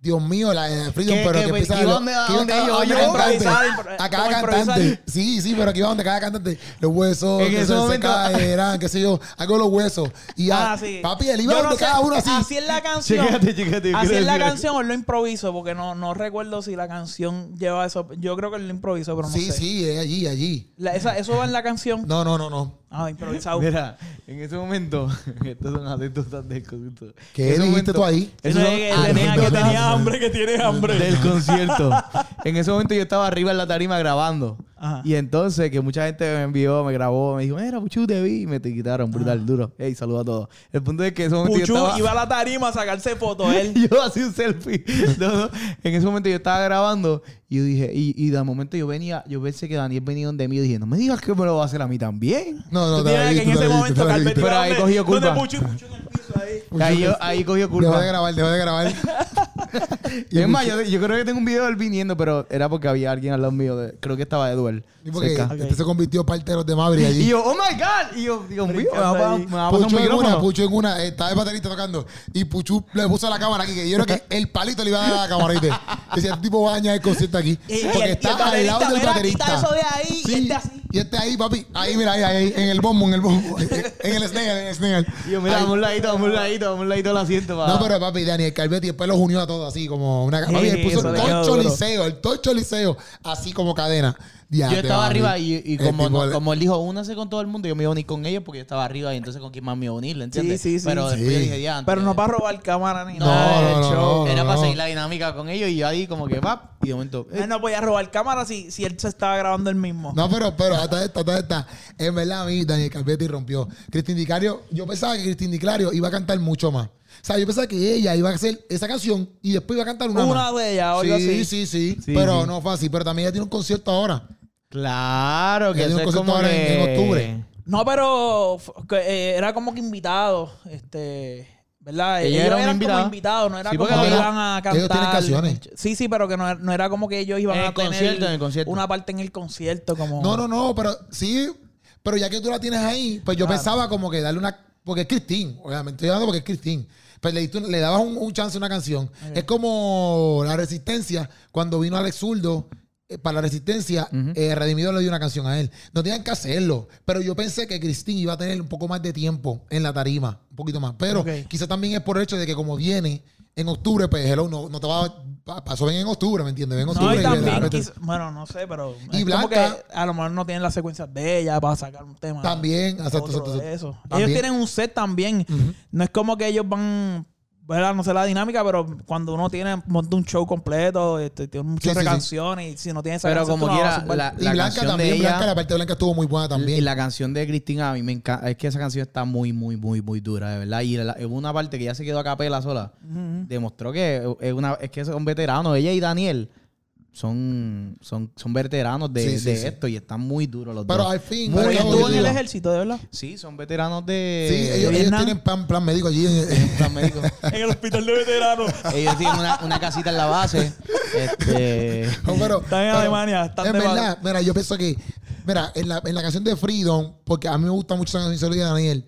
S1: Dios mío, la de Freedom,
S3: Que-
S1: pero
S3: que-
S1: que empieza...
S3: que
S1: lo-
S3: dónde-
S1: que
S3: dónde
S1: a- a
S3: yo-
S1: cada
S3: yo-
S1: cantante,
S2: improvisar, impro-
S1: A cada
S2: ¿cómo improvisar?
S1: cantante. Sí, sí, pero aquí va donde cada cantante. Los huesos,
S3: En
S1: que
S3: ese
S1: se- se
S3: momento-
S1: caerán, qué sé yo. Hago los huesos. Y ya,
S2: Ah, sí.
S1: papi, él iba
S2: Yo no
S1: donde
S2: sé,
S1: cada uno así.
S2: Así es la canción.
S3: Chécate, chécate, yo
S2: Así
S3: quiero
S2: es la
S3: decir-
S2: canción, o lo improviso, porque no, no recuerdo si la canción lleva eso. Yo creo que lo improviso, pero no
S1: sí,
S2: sé.
S1: sí, es allí, allí.
S2: La- esa- eso va en la canción.
S1: No, no, no, no.
S2: Ah, improvisado.
S3: Mira, en ese momento, estas son anécdotas del concierto. En
S1: ¿Qué
S3: ese
S1: dijiste
S3: momento-
S1: tú ahí?
S2: Sí, no,
S3: Esos son
S2: que, tenía, que
S3: anécdotas
S2: tenía hambre, que tiene hambre.
S3: Del concierto. En ese momento yo estaba arriba en la tarima grabando.
S2: Ajá.
S3: Y entonces que mucha gente me envió, me grabó, me dijo, mira, Puchu, te vi. Y me quitaron brutal, duro. Ey, saludo a todos. El punto es que en ese momento
S2: Puchu
S3: yo estaba...
S2: iba a la tarima a sacarse fotos él.
S3: yo así un selfie. No, no. En ese momento yo estaba grabando y yo dije, y, y de momento yo venía, yo pensé que Daniel venía donde mí y dije, no me digas que me lo va a hacer a mí también.
S1: No, no,
S2: Tú
S1: te la
S2: tienes que
S1: viste, te
S2: en ese
S1: la viste,
S2: momento
S1: te la
S2: Carpet
S1: viste.
S3: Pero
S2: iba
S3: ahí
S2: donde-
S3: cogió
S2: donde
S3: culpa.
S2: Puchu, Puchu en el piso ahí.
S3: Ahí, yo- ahí cogió
S1: Dejó de
S3: culpa.
S1: grabar, dejó de grabar.
S3: Y es más, yo, yo creo que tengo un video de él viniendo, pero era porque había alguien al lado mío. de- creo que estaba Edward.
S1: Y porque
S3: cerca.
S1: este se convirtió parte de los de Maverick allí.
S3: Y yo, oh my God. Y yo, Dios mío, me va a pa-
S2: Brincando
S3: me
S2: ahí.
S3: va a pasar un
S1: Pucho en una,
S3: micrófono.
S1: Pucho en una, eh, estaba el baterista tocando y Puchu le puso la cámara aquí, que yo creo que el palito le iba a dar a la cámara, ¿viste? Decía, este tipo va a añadir concierto aquí,
S2: Y- y el- y
S1: porque
S2: el
S1: está al lado del
S2: mira, Quita
S1: baterista.
S2: eso de ahí y
S1: Sí,
S2: este así.
S1: y este ahí, papi, ahí, mira, ahí, ahí, en el bombo, en el bombo, en el snare, en el snare.
S3: Y yo, mira,
S1: Ahí.
S3: dame un ladito, dame un ladito, dame un ladito al asiento. pa-
S1: No, pero papi, Daniel Calvetti después los unió a todos así como una... Papi, él
S2: Sí,
S1: puso
S2: eso
S1: el
S2: le quedó
S1: tocho
S2: duro.
S1: liceo, el tocho liceo, así como cadena. Ya,
S3: Yo
S1: te
S3: estaba
S1: papi.
S3: arriba y, y
S1: El
S3: como,
S1: tipo-
S3: como él dijo, únase con todo el mundo, yo me iba a unir con ellos porque yo estaba arriba y entonces con quién más me iba a unir, ¿le ¿entiendes?
S2: Sí, sí, sí.
S3: Pero después
S1: Sí.
S3: yo dije, ya, antes,
S2: Pero no para robar cámara ni
S3: no,
S2: nada.
S1: No,
S3: el
S1: no,
S3: show.
S1: no,
S3: Era
S1: no,
S3: para
S1: no.
S3: seguir la dinámica con ellos y yo ahí como que va y de momento... eh,
S2: Él Ah, no podía robar cámara si, si él se estaba grabando él mismo.
S1: No, pero, pero, hasta esta, hasta esta. En verdad, a mí Daniel Calvetti rompió. Cristín Di Clario, yo pensaba que Cristín Di Clario iba a cantar mucho más. O sea, yo pensaba que ella iba a hacer esa canción y después iba a cantar una,
S2: Una
S1: más.
S2: de ellas o
S1: sí,
S2: algo así.
S1: sí, sí,
S3: Sí,
S1: Pero
S3: sí.
S1: no fue así. Pero también ella tiene un concierto ahora.
S3: Claro, que
S1: Yo di un
S3: eso es
S1: concierto
S3: como
S1: ahora en- en
S3: que-
S1: octubre.
S2: No, pero f- que, eh, era como que invitado, este, ¿verdad?
S3: Ella
S2: Ellos
S3: era una
S2: eran
S3: invitada.
S2: como invitados, no era
S3: Sí,
S2: como
S3: porque
S2: que
S1: ellos-
S2: iban a cantar.
S1: ellos tienen canciones.
S2: Sí, sí, pero que no, no era como que ellos iban
S3: En
S2: a
S3: el
S2: tener
S3: concierto, en el concierto.
S2: una parte en el concierto como
S1: No, no, no, pero sí. Pero ya que tú la tienes ahí, pues yo pensaba como que darle una. Porque es Cristín, obviamente. Estoy hablando porque es Cristín. Pues le, diste un- le dabas un, un chance a una canción. Es como La Resistencia, cuando vino Alex Zurdo. eh, Para la resistencia, eh, Redimido le dio una canción a él. No tenían que hacerlo. Pero yo pensé que Cristín iba a tener un poco más de tiempo en la tarima. Un poquito más. Pero
S2: Ok.
S1: quizá también es por el hecho de que como viene en octubre, pues hello, no, no te va a... pa- Pasó bien en octubre, ¿me entiendes? Ven en
S2: No,
S1: octubre. y
S2: y
S1: de
S2: también,
S1: repente-
S2: quiz- bueno, no sé, pero
S1: Y
S2: es como
S1: Blanca.
S2: que a lo mejor no tienen las secuencias de ella para sacar un tema.
S1: También, exacto,
S2: Ah, otro
S1: exacto,
S2: de
S1: exacto.
S2: eso.
S1: También.
S2: Ellos tienen un set también. No es como que ellos van, ¿verdad? No sé la dinámica, pero cuando uno tiene, monta un show completo, este, tiene
S1: Sí,
S2: muchas
S1: sí, sí.
S2: canciones, y si no tiene esa
S3: Pero
S2: canción,
S3: como
S2: tú no vas a
S3: quiera,
S2: zumbar.
S3: la,
S1: Y
S3: la
S1: Blanca
S3: canción
S1: también,
S3: de ella...
S1: Blanca, la parte de Blanca estuvo muy buena
S3: Y
S1: también.
S3: la canción de Cristina a mí me encanta. Es que esa canción está muy, muy, muy, muy dura, de verdad. Y la- hubo una parte que ella se quedó a capela sola. Demostró que es, una, es que son veteranos. Ella y Daniel son, son, son veteranos de,
S1: Sí, sí,
S3: de
S1: sí.
S3: esto y están muy duros los
S1: Pero
S3: dos.
S1: al fin,
S2: Pero
S1: al
S2: ella
S1: cabo
S2: estuvo en
S1: del
S2: el
S1: día.
S2: ejército, de verdad.
S3: Sí, son veteranos de...
S1: Sí, ellos, ellos
S2: Vietnam.
S1: tienen plan, plan médico allí. eh, eh.
S3: en plan médico.
S2: en el hospital de veteranos.
S3: ellos tienen una, una casita en la base. Este...
S1: No, pero,
S2: Están en
S1: pero,
S2: Alemania, están
S1: en
S2: de
S1: verdad, mira, yo pienso que, mira, en la, en la canción de Freedom, porque a mí me gusta mucho esa canción se lo dije a Daniel.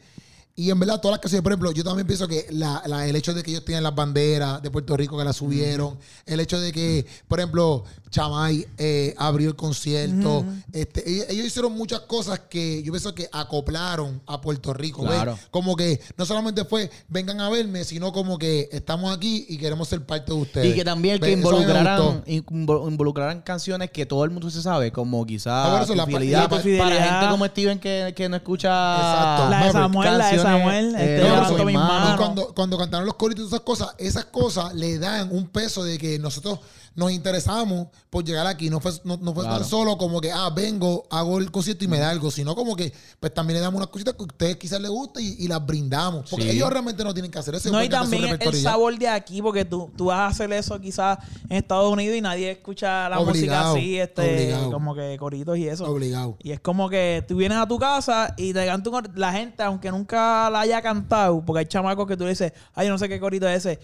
S1: Y en verdad, todas las canciones, por ejemplo, yo también pienso que la, la- el hecho de que ellos tienen las banderas de Puerto Rico que las subieron, el hecho de que, por ejemplo, Chamay eh, abrió el concierto, este, ellos, ellos hicieron muchas cosas que yo pienso que acoplaron a Puerto Rico. ¿ves?
S3: Claro.
S1: Como que no solamente fue vengan a verme, sino como que estamos aquí y queremos ser parte de ustedes.
S3: Y que también que
S1: ¿Ves? Eso a mí me gustó.
S3: involucraran, invo- involucraran canciones que todo el mundo se sabe, como quizás
S1: Ah, bueno, eso, la pa- la pa-
S3: para
S2: Fidelidad.
S3: gente como Steven que, que no escucha
S1: Exacto.
S2: La de
S1: Maverick,
S2: Samuel, la de
S3: canciones,
S2: Samuel.
S3: eh,
S2: Este,
S1: no,
S2: levanto
S1: pero
S2: mis
S1: y
S2: manos.
S1: cuando, cuando cantaron los coritos y todas esas cosas, esas cosas le dan un peso de que nosotros nos interesamos por llegar aquí. No fue, no, no fue
S3: Claro.
S1: tan solo como que, ah, vengo, hago el concierto y me da algo, sino como que, pues también le damos unas cositas que a ustedes quizás les guste y, y las brindamos. Porque
S3: Sí.
S1: ellos realmente no tienen que hacer eso.
S2: No, y
S1: ellos pueden cantar su
S2: también el
S1: repertorio y ya.
S2: sabor de aquí, porque tú, tú vas a hacer eso quizás en Estados Unidos y nadie escucha la
S1: Obligado,
S2: música así, este,
S1: obligado.
S2: como que coritos y eso.
S1: Obligado.
S2: Y es como que tú vienes a tu casa y te canta un cor- la gente, aunque nunca la haya cantado, porque hay chamacos que tú le dices, ay, yo no sé qué corito es ese,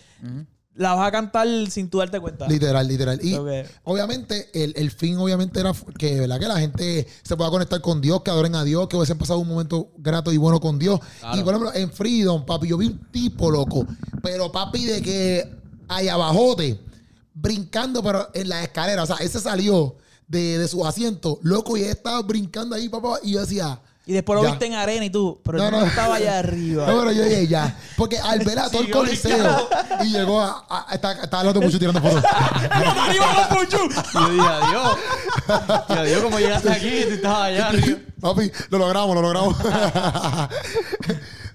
S2: la vas a cantar sin tú darte cuenta.
S1: Literal, literal. Y
S2: Ok.
S1: obviamente, el, el fin obviamente era que, ¿verdad? que la gente se pueda conectar con Dios, que adoren a Dios, que hubiesen pasado un momento grato y bueno con Dios.
S3: Claro.
S1: Y por ejemplo, en Freedom, papi, yo vi un tipo, loco, pero papi, de que allá abajote, brincando, pero en la escalera, o sea, ese salió de, de su asiento, loco, y él estaba brincando ahí, papá, y yo decía...
S2: Y después lo
S1: Ya.
S2: viste en arena y tú, pero
S1: No,
S2: yo no,
S1: no.
S2: estaba allá arriba.
S1: No, pero yo llegué ya. Porque al ver a todo el
S2: Siguió
S1: coliseo y llegó a. a- a- está- Estaba hablando mucho tirando fotos.
S2: arriba los puchus!
S3: Y yo dije, adiós. Y adiós, ¿cómo llegaste aquí? Tú estabas allá. arriba.
S1: Papi, lo logramos, lo logramos.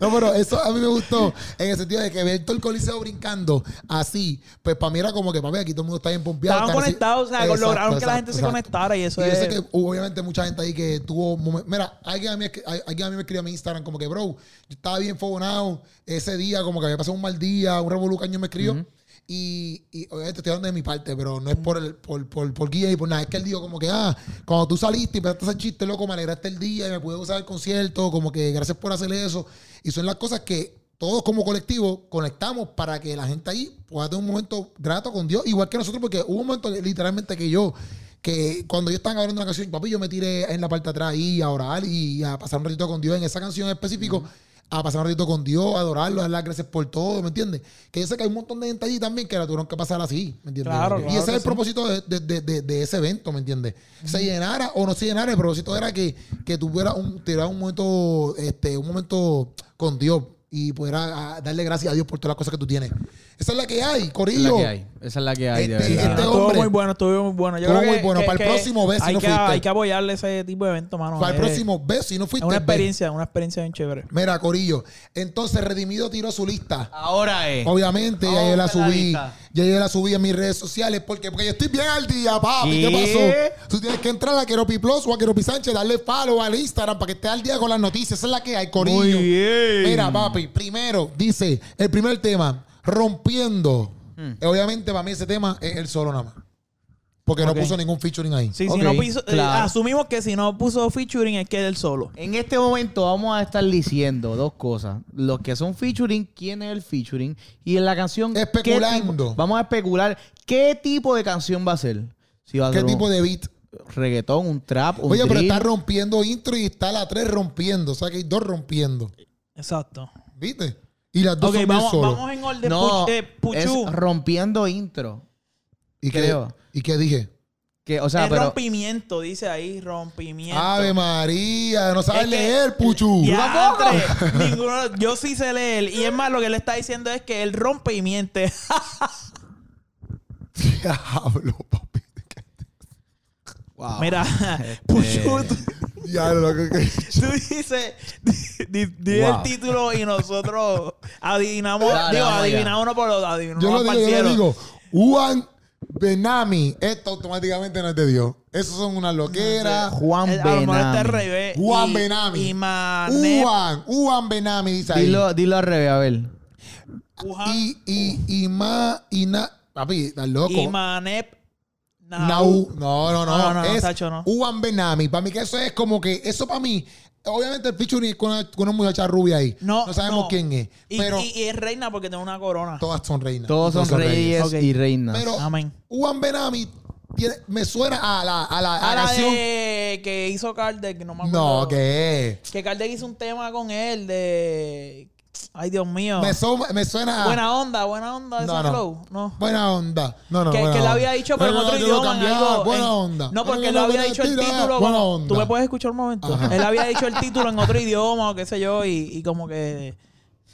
S1: no, pero eso a mí me gustó en el sentido de que ver todo el coliseo brincando así, pues para mí era como que, papi, aquí todo el mundo está bien pompeado.
S2: Estaban
S1: están así-
S2: conectados, o sea,
S1: Exacto,
S2: lograron que la
S1: exacto,
S2: gente se
S1: exacto.
S2: conectara y eso
S1: Y yo
S2: es.
S1: sé que hubo obviamente mucha gente ahí que tuvo momen- Mira, alguien a, mí, escri- a- alguien a mí me escribió a mi Instagram como que, bro, yo estaba bien fogonado ese día, como que había pasado un mal día, un revolucaño me escribió. Y, y obviamente estoy hablando de mi parte, pero no es por el, por, por, por guía y por nada. Es que él dijo como que, ah, cuando tú saliste y empezaste a hacer chiste, loco, me alegraste el día y me pude usar el concierto, como que gracias por hacer eso. Y son las cosas que todos como colectivo conectamos para que la gente ahí pueda tener un momento grato con Dios, igual que nosotros, porque hubo un momento que, literalmente que yo, que cuando yo estaba grabando una canción, papi, yo me tiré en la parte de atrás ahí a orar y a pasar un ratito con Dios en esa canción en específico, a pasar un ratito con Dios, a adorarlo, a dar las gracias por todo, ¿me entiendes? Que yo sé que hay un montón de gente allí también que la tuvieron que pasar así, ¿me entiendes?
S2: Claro,
S1: y
S2: claro
S1: ese
S2: que
S1: es el
S2: sí.
S1: propósito de, de- de- de- de ese evento, ¿me entiendes? Se llenara o no se llenara, el propósito era que, que tuviera un, tuviera un momento, este, un momento con Dios y pudiera a, darle gracias a Dios por todas las cosas que tú tienes. Esa es la que hay,
S3: Esa es la
S1: Corillo.
S3: que hay. Esa es la que hay, de
S1: Este-
S3: verdad.
S1: este
S2: estuvo
S1: hombre-
S2: muy bueno, estuvo muy bueno. Yo
S1: Estuvo
S2: creo que,
S1: muy bueno.
S2: que-
S1: Para el
S2: que
S1: próximo, ve si
S2: hay
S1: no
S2: que,
S1: fuiste.
S2: Hay que apoyarle ese tipo de evento, mano.
S1: Para el
S2: es-
S1: próximo, ve si no
S2: Es
S1: fuiste.
S2: una
S1: ve.
S2: experiencia, una experiencia bien chévere.
S1: Mira, Corillo. Entonces, Redimido tiró su lista.
S3: Ahora es.
S1: Obviamente, ya yo la
S3: Vamos con la
S1: subí.
S3: lista.
S1: Ya yo la subí en mis redes sociales. porque Porque yo estoy bien al día, papi. ¿Qué,
S3: ¿Qué?
S1: pasó? Tú tienes que entrar a Keropi Plus o a Keropi Sánchez, darle follow al Instagram para que esté al día con las noticias. Esa es la que hay, Corillo.
S3: Muy bien.
S1: Mira, papi, primero, dice, el primer tema, rompiendo. Eh, Obviamente, para mí ese tema es el solo nada más. Porque
S2: Ok.
S1: no puso ningún featuring ahí.
S2: Sí,
S3: Ok,
S2: si no piso- eh,
S3: claro.
S2: asumimos que si no puso featuring es que él solo.
S3: En este momento vamos a estar diciendo dos cosas. Los que son featuring, quién es el featuring. Y en la canción... ¿qué
S1: Especulando.
S3: tipo- vamos a especular qué tipo de canción va a ser. Si va a
S1: ¿Qué
S3: ser un
S1: tipo de beat?
S3: reggaetón, un trap, un
S1: Oye, pero
S3: drill.
S1: está rompiendo intro y está la 3 rompiendo. O sea que hay dos rompiendo.
S2: Exacto.
S1: ¿Viste? Y las dos
S2: Ok,
S1: son bien
S2: vamos,
S1: solo.
S2: vamos en orden.
S3: No,
S2: Puch- eh, Puchu.
S3: es rompiendo intro.
S1: ¿Y, qué,
S3: creo.
S1: ¿Y qué dije?
S3: Que, o sea,
S2: es
S3: pero...
S2: rompimiento, dice ahí, rompimiento.
S1: Ave María, no sabes
S2: Es que-
S1: leer, Puchu.
S2: Diantre, ninguno- yo sí sé leer. Y es más, lo que él está diciendo es que él rompe y miente.
S1: Diablo, papi. Ah,
S3: Wow.
S2: Mira,
S1: este.
S2: Puchu, tú,
S1: Diablo, que- que-
S2: tú dices, di, di
S3: Wow.
S2: el título y nosotros adivinamos,
S3: Dale,
S2: digo,
S3: vamos allá.
S2: adivinamos uno por otro, adivinamos
S1: Yo lo
S2: para
S1: digo,
S2: el
S1: yo lo
S2: cielo.
S1: digo. Juan Benami. Esto automáticamente no es de Dios. Eso son una loquera.
S3: Juan
S2: Eh, a lo mejor está al
S3: Benami.
S2: revés.
S1: Juan
S2: Y-
S1: Benami.
S2: Y Mané,
S1: Juan, Juan Benami, dice ahí.
S3: Dilo, dilo al revés, a ver.
S2: Wuhan, y,
S1: Y, y, y más, y na. Papi, estás loco.
S2: Manep
S1: Nau. No, no, no.
S2: No, no, no,
S1: es
S2: Sacho, no.
S1: Juan Benami. Para mí que eso es como que, eso para mí, obviamente el featuring es con una, con una muchacha rubia ahí.
S2: No,
S1: sabemos
S2: no.
S1: quién es.
S2: Y,
S1: pero
S2: y- y es reina porque tiene una corona.
S1: todas son reinas.
S3: Todos son reyes
S2: reyes.
S3: y reinas.
S1: Pero
S2: Amén.
S1: Juan Benami tiene- me suena a la, a la, a
S2: A
S1: la
S2: la
S1: canción.
S2: de que hizo Kardec, no me acuerdo.
S1: No, que
S2: Que Kardec hizo un tema con él de. Ay, Dios mío.
S1: me, soma- me suena a
S2: Buena onda, buena onda de
S1: No,
S2: ese
S1: no.
S2: flow. No.
S1: buena onda. No, no,
S2: que
S1: buena
S2: que le
S1: onda.
S2: había dicho, pero en
S1: No, no,
S2: otro
S1: yo lo
S2: idioma. en
S1: cambiaba,
S2: algo,
S1: buena
S2: en-
S1: onda.
S2: No, porque
S1: No,
S2: él
S1: no,
S2: había
S1: buena
S2: dicho el
S1: tira,
S2: título.
S1: buena
S2: como-
S1: onda.
S2: Tú me puedes escuchar un momento.
S1: Ajá.
S2: Él había dicho el título en otro idioma o qué sé yo, y, y como que.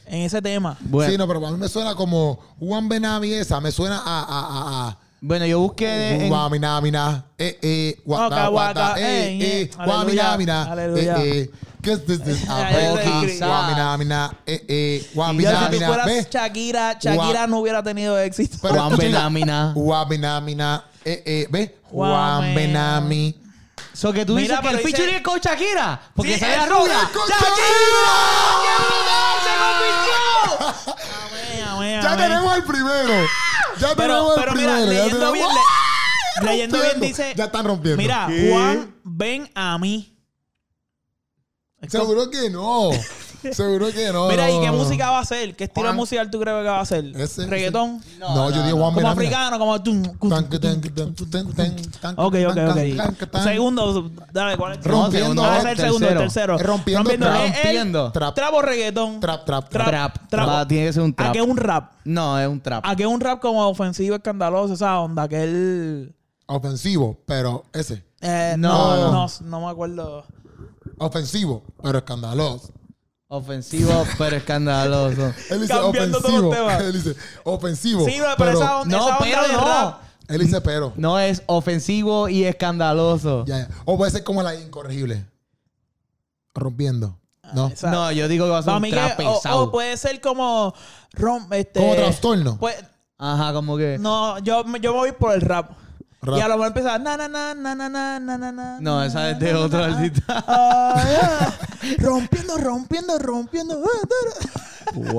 S2: En ese tema.
S3: Bueno,
S1: Sí, no, pero a mí me suena como Juan Benami esa. Me suena a... a, a, a
S3: bueno, yo busqué de- en-
S1: Guamina, mina, eh, eh, guata,
S2: Eh, Oca,
S1: guata,
S2: guaca,
S1: eh,
S2: eh,
S1: eh,
S2: eh.
S1: guamina, mina,
S2: Aleluya,
S1: eh, eh, ¿qué es esto? Ah,
S2: Ay,
S1: ok,
S2: ay,
S1: guamina, mina, eh, eh,
S2: Ya,
S1: guamina,
S2: si tú
S1: mina,
S2: fueras
S1: ve, Pues,
S2: Shakira, Shakira no hubiera tenido éxito.
S1: pero
S3: Juan
S1: escucha,
S3: Benamina.
S1: guamina, mina, eh, eh, ve,
S2: Guamena.
S1: Juan Benami.
S3: So que tú
S2: Mira,
S3: dices que el
S2: pero dice-
S3: featuring es con Shakira. Porque
S2: Sí,
S3: sale la
S2: es
S3: rubia.
S1: con
S3: ¡Shakira!
S1: Shakira!
S3: ¡Qué brutal! ¡Se convirtió!
S2: Amén, amén,
S1: Ya
S2: amén.
S1: tenemos el primero. Ya
S2: Pero,
S1: tenemos el
S2: pero mira,
S1: primero. ya
S2: leyendo
S1: tenemos-
S2: bien, le- leyendo bien
S1: rompiendo.
S2: dice.
S1: Ya están rompiendo.
S2: Mira,
S3: ¿Qué?
S2: Juan, ven a mí. Es como-
S1: Seguro que no. Seguro que no.
S2: Mira, ¿y
S1: no,
S2: qué
S1: no.
S2: música va a ser? ¿Qué estilo
S1: Juan.
S2: musical tú crees que va a ser?
S1: Ese- ese-
S2: ¿Reggaetón?
S1: No, yo digo Juan
S2: Como
S1: Benami.
S2: africano, como tú. Ok, ok, ok. Segundo, dale, ¿cuál es?
S1: Rompiendo.
S2: Ah, ese es el segundo, el tercero.
S1: Rompiendo,
S2: es el
S3: rompiendo.
S1: Trap.
S2: Trap o reggaetón.
S1: Trap, trap,
S2: Trap.
S1: trap.
S2: Trap.
S3: Ah, tiene que ser un
S2: ¿A
S3: trap.
S2: qué un rap?
S3: No, es un trap.
S2: ¿A qué un rap como ofensivo, escandaloso, esa onda? Que él.
S1: Ofensivo, pero ese.
S2: Eh,
S3: No,
S1: no.
S2: no, no, no me acuerdo.
S1: Ofensivo, pero escandaloso.
S3: Ofensivo, pero escandaloso.
S1: Él dice
S2: Cambiando todos los
S1: ofensivo.
S2: temas.
S1: Él dice ofensivo.
S2: Sí, pero, esa onda, Mm.
S3: No,
S2: esa onda
S3: pero
S2: del
S3: no.
S2: rap.
S1: Él dice pero.
S3: No es ofensivo y escandaloso.
S1: Ya, ya. O puede ser como la incorregible. Rompiendo. No.
S2: esa-
S3: no, yo digo que va a ser
S2: Para
S3: un
S2: mí que-
S3: trap
S2: o,
S3: pesado.
S2: o puede ser como rom, este,
S1: Como trastorno.
S2: pues,
S3: Ajá, como que. No,
S2: no, yo, yo me voy por el rap.
S1: Rap.
S2: Y a lo mejor empezaba na na na na na na na na na.
S3: esa es
S2: na,
S3: de
S2: na,
S3: otro
S2: na, na.
S3: artista.
S2: Ah, ah. rompiendo, rompiendo, rompiendo. Ah, da, da.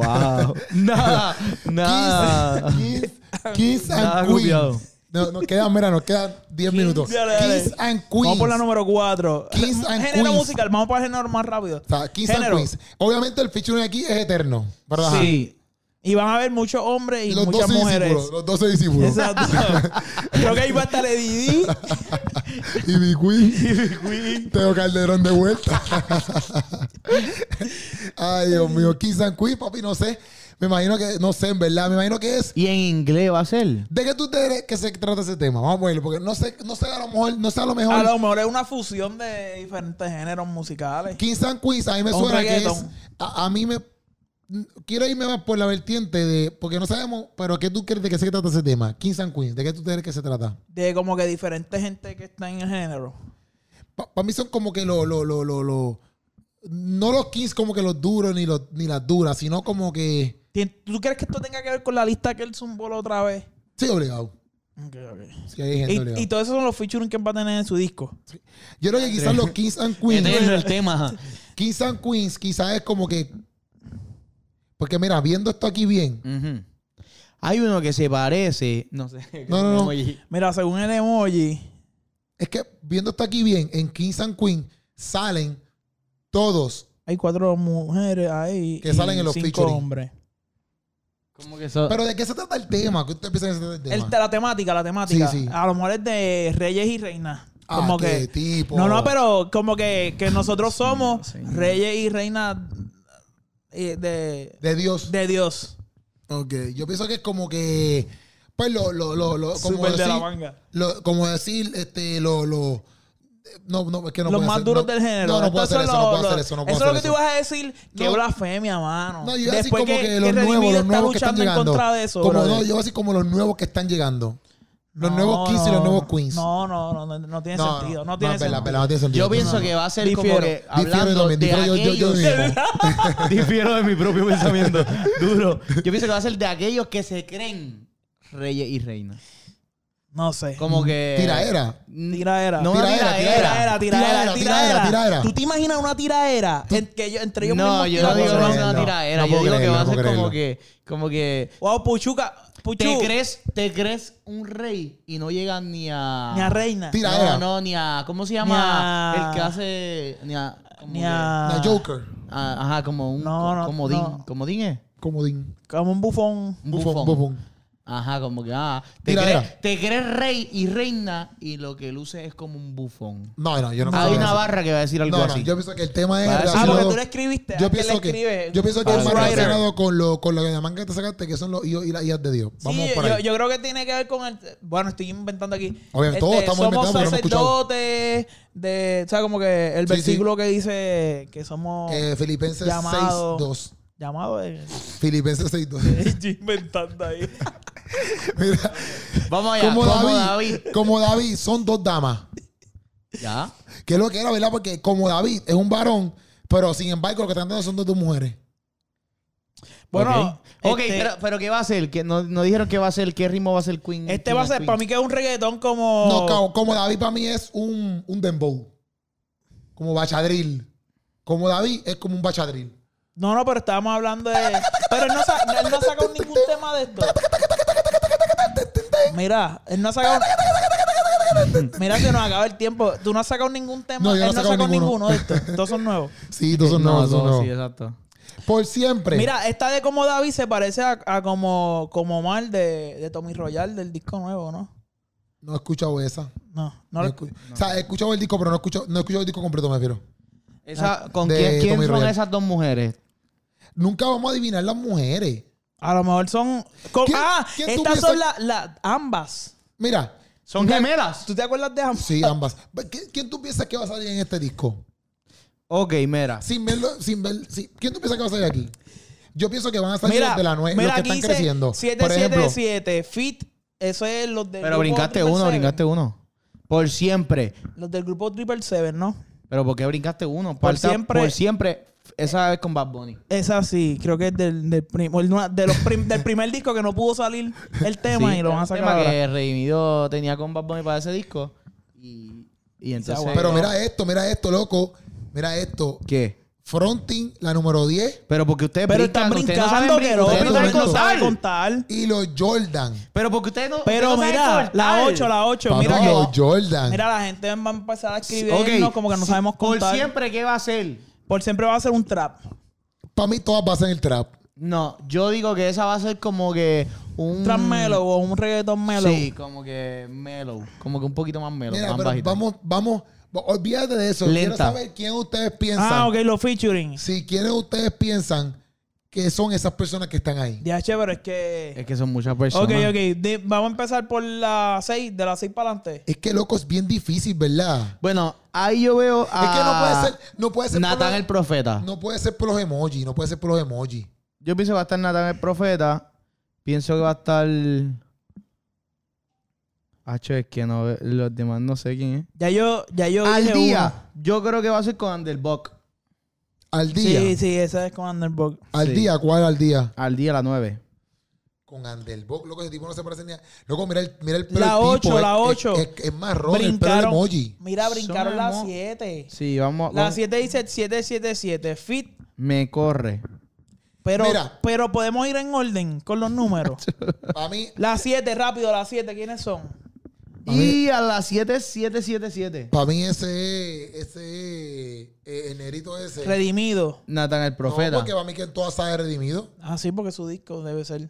S3: wow. Nada, nada.
S1: Kiss, kiss
S3: Nada
S1: and Queen.
S3: copiado.
S1: No, nos quedan, mira, nos quedan 10 minutos.
S2: Dale, dale.
S1: Kiss and
S2: Vamos por la
S1: Queen.
S2: número 4.
S1: Kings and
S2: Género
S1: Queens.
S2: musical, vamos para el género más rápido.
S1: O sea, Kiss and
S2: Género.
S1: Queens. Obviamente el featuring aquí es eterno. ¿verdad?
S3: Sí.
S2: Y van a haber muchos hombres y
S1: Los
S2: muchas
S1: 12
S2: mujeres.
S1: discípulos. Los 12 discípulos.
S2: Exacto. Creo que ahí va a estar Eddie D.
S1: Y mi Queen. Teo Calderón de vuelta. Ay, Dios mío. Kiss and Queen, papi, no sé. Me imagino que, no sé, en verdad. Me imagino que es
S3: Y en inglés va a ser.
S1: ¿De qué tú te crees que se trata ese tema? Vamos a verlo, porque no sé, no sé a lo mejor, no sé a lo
S2: A
S1: mejor.
S2: lo mejor es una fusión de diferentes géneros musicales.
S1: Kings and Queens, a mí me
S2: Un
S1: suena que es.
S2: reggaetón.
S1: A, a mí me. Quiero irme más por la vertiente de. Porque no sabemos, pero ¿qué tú crees de qué se trata ese tema? Kings and Queens, ¿de qué tú te crees que se trata?
S2: De como que diferentes gente que está en el género.
S1: Para mí son como que los. Lo, lo, lo, lo- no los Kings como que los duros ni, los, ni las duras, sino como que.
S2: Tien- ¿Tú crees que esto tenga que ver con la lista que él zumbó la otra vez?
S1: Sí, obligado.
S2: Ok, ok.
S1: Sí, hay gente
S2: Y,
S1: obligado.
S2: y todos esos son los featuring que él va a tener en su disco.
S1: Yo creo que quizás los Kings and Queens.
S3: Eterno Este el tema. ajá.
S1: Kings and Queens quizás es como que. Porque mira, viendo esto aquí bien,
S3: Ujú. Hay uno que se parece. No sé.
S1: No, no, no.
S3: Oye,
S2: Mira, según el emoji,
S1: es que viendo esto aquí bien, en Kings and Queen salen todos.
S2: hay cuatro mujeres ahí.
S1: Que
S2: y
S1: salen en los
S2: cinco
S1: featuring.
S2: hombres.
S3: Como que eso.
S1: Pero ¿de qué se trata el tema? ¿Qué ustedes piensan que se trata el tema?
S2: El- la temática, la temática.
S1: Sí, sí.
S2: A lo mejor es de reyes y reinas.
S1: Ah,
S2: Como
S1: qué
S2: que.
S1: tipo.
S2: No, no, pero como que, que nosotros somos
S3: señor.
S2: reyes y reinas eh, de,
S1: De Dios.
S2: de Dios.
S1: Ok, yo pienso que es como que. Pues lo. lo, lo, lo- como,
S2: Súper de la
S1: decir,
S2: manga.
S1: lo- como decir, este, lo. lo no, no, es que no
S2: los
S1: puedo
S2: más
S1: hacer-
S2: duros
S1: no-
S2: del género.
S1: No, no puedo
S2: Estos
S1: hacer
S2: son
S1: eso, no
S2: los-
S1: puedo hacer
S2: los-
S1: eso, no puedo
S2: Eso
S1: hacer
S2: es lo que tú ibas a decir. Qué
S1: No.
S2: blasfemia, mano.
S1: No, yo iba a decir
S2: Después
S1: como
S2: que,
S1: que,
S2: que
S1: los
S2: Redimido
S1: nuevos, los
S2: está
S1: nuevos que están
S2: luchando en
S1: llegando.
S2: contra de eso.
S1: como
S2: brother.
S1: no, yo voy a decir como los nuevos que están llegando. Los
S2: No,
S1: nuevos Kings y los
S2: no,
S1: nuevos Queens.
S2: No, no, no, no, no tiene sentido. No, tiene
S1: es verdad,
S2: sentido.
S1: verdad, no tiene sentido.
S3: Yo pienso
S1: No,
S3: que va a ser
S2: Difiero.
S3: como que
S1: Difiero
S3: hablando
S1: también,
S3: de
S1: difiero yo- yo- yo
S3: aquellos.
S1: mismo.
S3: Difiero de mi propio pensamiento. Duro. Yo pienso que va a ser de aquellos que se creen reyes y reinas.
S2: No sé.
S3: Como que.
S1: Tiraera.
S2: Tiraera.
S3: No,
S1: Tiraera,
S3: tiraera.
S2: Tiraera, tiraera,
S1: Tiraera, tiraera, tiraera.
S2: tiraera. ¿Tú te imaginas una tiraera en que yo- entre ellos
S3: No,
S2: mismos
S3: yo no
S2: tiran
S3: digo que va a
S2: cosas?
S3: ser
S1: No,
S3: una
S1: no
S3: tiraera. yo
S1: puedo
S3: digo que
S1: creerlo,
S3: va a
S1: no
S3: ser
S1: puedo
S3: como
S1: creerlo.
S3: que. Como que.
S2: Wow, Puchuca. Puchu.
S3: ¿Te crees, te crees un rey y no llegas ni a.
S2: Ni a reina.
S1: Tira-
S3: No, no, ni a. ¿Cómo se llama?
S2: Ni a-
S3: El que hace. Ni a. como
S2: Ni
S3: que-
S2: a...
S1: La Joker.
S3: Ah, ajá, como un.
S2: No,
S3: co-
S2: no,
S3: comodín.
S2: no.
S3: ¿Comodín es?
S1: Comodín.
S2: Como un bufón.
S3: Un
S1: Bufón,
S3: bufón.
S1: bufón.
S3: Ajá, como que. Ah, te,
S1: Tira,
S3: crees,
S1: tira.
S3: te crees rey y reina y lo que luce es como un bufón.
S1: No, no, yo no
S3: Hay
S1: pienso
S3: una
S1: eso.
S3: barra que va a decir algo
S1: No, no,
S3: así.
S1: yo pienso que el tema es
S3: Ah, porque
S2: Ah,
S1: relacionado-
S2: porque tú le escribiste.
S1: yo
S2: ¿a quién
S1: pienso
S2: le
S1: que
S2: escribe?
S1: yo pienso que es más
S2: Ghostwriter.
S1: relacionado con lo con lo que llaman que te sacaste que son los hijos y las hijas de Dios. Vamos
S2: sí,
S1: por
S2: yo,
S1: ahí.
S2: yo creo que tiene que ver con el. Bueno, estoy inventando aquí. Este,
S1: Obviamente, todos estamos
S2: somos
S1: inventando, pero no hemos escuchado.
S2: sacerdotes de. O sea, como que el
S1: Sí,
S2: versículo que dice que somos
S1: Eh, Filipenses
S2: Llamado.
S1: 6.2.
S2: llamados. de-
S1: Filipenses 6.2.
S2: Estoy inventando ahí.
S1: Mira,
S3: Vamos allá.
S1: como
S3: Como
S1: David,
S3: David.
S1: como David, son dos damas.
S3: Ya.
S1: Que es lo que era, ¿verdad? Porque como David es un varón, pero sin embargo lo que están dando son dos, dos mujeres.
S2: Bueno,
S3: ok, Ok,
S2: este-
S3: pero, pero ¿qué va a ser? ¿Qué- no, no dijeron qué va a ser, qué ritmo va a ser Queen.
S2: Este va a ser, para mí, que es un reggaetón como.
S1: No, como, como David para mí es un, un dembow. Como bachadril. Como David es como un bachadril.
S2: No, no, pero estábamos hablando de. Pero él no, sa- él no ha sacado ningún tema de esto. Mira, él no ha sacado. Mira, se nos acaba el tiempo. Tú no has sacado ningún tema.
S1: No, yo no he
S2: él no ha
S1: sacado
S2: sacado
S1: ninguno.
S2: ninguno. de estos. Todos son nuevos.
S1: Sí,
S2: Eh,
S1: dos son
S3: No,
S1: nuevos,
S3: no,
S1: dos son
S3: sí,
S1: nuevos.
S3: exacto.
S1: Por siempre.
S2: Mira, esta de como David se parece a, a como, como Mal de, de Tommy Royal del disco nuevo, ¿no?
S1: No he escuchado esa.
S2: No,
S1: No
S2: no
S1: he
S2: lo
S1: escu- O sea, he escuchado el disco, pero no he escuchado, no he escuchado el disco completo, me refiero.
S3: Esa, ¿Con
S1: De
S3: quién, quién
S1: Tommy
S3: son
S1: Royal.
S3: esas dos mujeres?
S1: Nunca vamos a adivinar las mujeres.
S2: A lo mejor son. con-
S1: ¿Quién-
S2: ah,
S1: quién tú
S2: estas
S1: piensas-
S2: son las ambas.
S1: Mira.
S3: ¿Son gemelas?
S2: ¿Tú te acuerdas de ambas?
S1: Sí, ambas. ¿Qui- ¿Quién tú piensas que va a salir en este disco?
S3: Ok, mira.
S1: Sin verlo, sin ver. sin- ¿Quién tú piensas que va a salir aquí? Yo pienso que van a salir
S2: Mira,
S1: los de la nueve, los
S2: mira,
S1: que
S2: aquí
S1: están
S2: dice
S1: creciendo. Por ejemplo,
S2: 777, Fit, eso es los del
S3: Pero
S2: grupo
S3: brincaste
S2: Triple
S3: uno,
S2: Seven.
S3: brincaste uno. Por siempre.
S2: Los del grupo Triple Seven, ¿no?
S3: Pero ¿por qué brincaste uno?
S2: Por
S3: Falta-
S2: siempre.
S3: Por siempre. Esa vez con Bad Bunny.
S2: Esa sí, creo que es del, del, prim- el nua- de los prim- del primer disco que no pudo salir el tema
S3: Sí,
S2: y lo van a
S3: el
S2: sacar.
S3: tema
S2: ahora.
S3: que Redimido tenía con Bad Bunny para ese disco. Y, y entonces.
S1: pero mira esto, mira esto, loco. Mira esto.
S3: ¿Qué?
S1: Fronting, la número 10.
S3: Pero porque ustedes
S2: Pero
S3: brincan,
S2: están
S3: ustedes no
S2: brincando,
S3: saben
S2: que
S3: brin-
S2: no,
S1: ustedes
S3: ustedes no
S1: brincan,
S2: pero no saben
S3: saben contar.
S2: contar.
S1: Y los Jordan.
S3: Pero porque ustedes no. ustedes
S2: Pero
S3: no saben
S2: mira,
S3: cortar.
S2: la 8, la 8, mira
S1: Papá, los
S2: que...
S1: Jordan.
S2: Mira, la gente va a empezar a escribirnos
S3: Ok,
S2: como que no
S3: si-
S2: sabemos contar.
S3: Por siempre, ¿qué va a ser?
S2: Por siempre va a ser un trap.
S1: Para mí todas pasan el trap.
S3: No, yo digo que esa va a ser como que un.
S2: Un trap
S1: Mm.
S2: mellow o un reggaeton mellow.
S3: Sí, como que mellow. Como que un poquito más mellow.
S1: Mira,
S3: más
S1: pero
S3: bajito.
S1: vamos, vamos. Olvídate de eso. Quiero
S3: Lenta.
S1: saber quién ustedes piensan.
S2: Ah, ok, los featuring.
S1: Si quieren ustedes piensan que son esas personas que están ahí.
S2: Ya, pero es que...
S3: Es que son muchas personas.
S2: Ok, ok. de- vamos a empezar por la 6, de la 6 para adelante.
S1: Es que loco es bien difícil, ¿verdad?
S3: Bueno, ahí yo veo
S1: Es que no
S3: a.
S1: puede ser, no puede ser
S3: Natán Ah, el
S1: por
S3: Profeta.
S1: los, no puede ser por los emojis, no puede ser por los emojis.
S3: Yo pienso que va a estar Natán el Profeta. Pienso que va a estar. Hacho, es que no. Los demás no sé quién es.
S2: Ya yo, ya yo
S3: Al
S2: dije
S3: día, yo creo que va a ser con Underbuck.
S1: Al
S2: uno.
S1: día,
S2: Sí, sí, esa es con Underbog.
S1: al
S3: sí.
S1: día, ¿cuál al día?
S3: Al día, la 9.
S1: Con Anderbock, loco, ese tipo no se parece ni a... Loco, mira el, mira el pelo
S2: La
S1: del
S2: ocho,
S1: tipo, es-
S2: la
S1: es-
S2: ocho.
S1: Es, es marrón, el pelo del emoji.
S2: Mira, brincaron
S3: Son
S2: la
S3: emo-
S2: 7.
S3: Sí, vamos.
S2: La
S3: vamos-
S2: 7 dice 777, fit.
S3: Me corre.
S2: Pero,
S1: Mira.
S2: pero podemos ir en orden con los números.
S1: Para mí,
S2: la 7, rápido, la 7, ¿quiénes son?
S3: Y a las 7, 7, 7, 7.
S1: para mí ese es- ese es- eh, el negrito ese.
S2: Redimido.
S3: Natán el
S1: No,
S3: Profeta.
S1: porque para mí que todas salen redimido.
S2: Así porque su disco debe ser.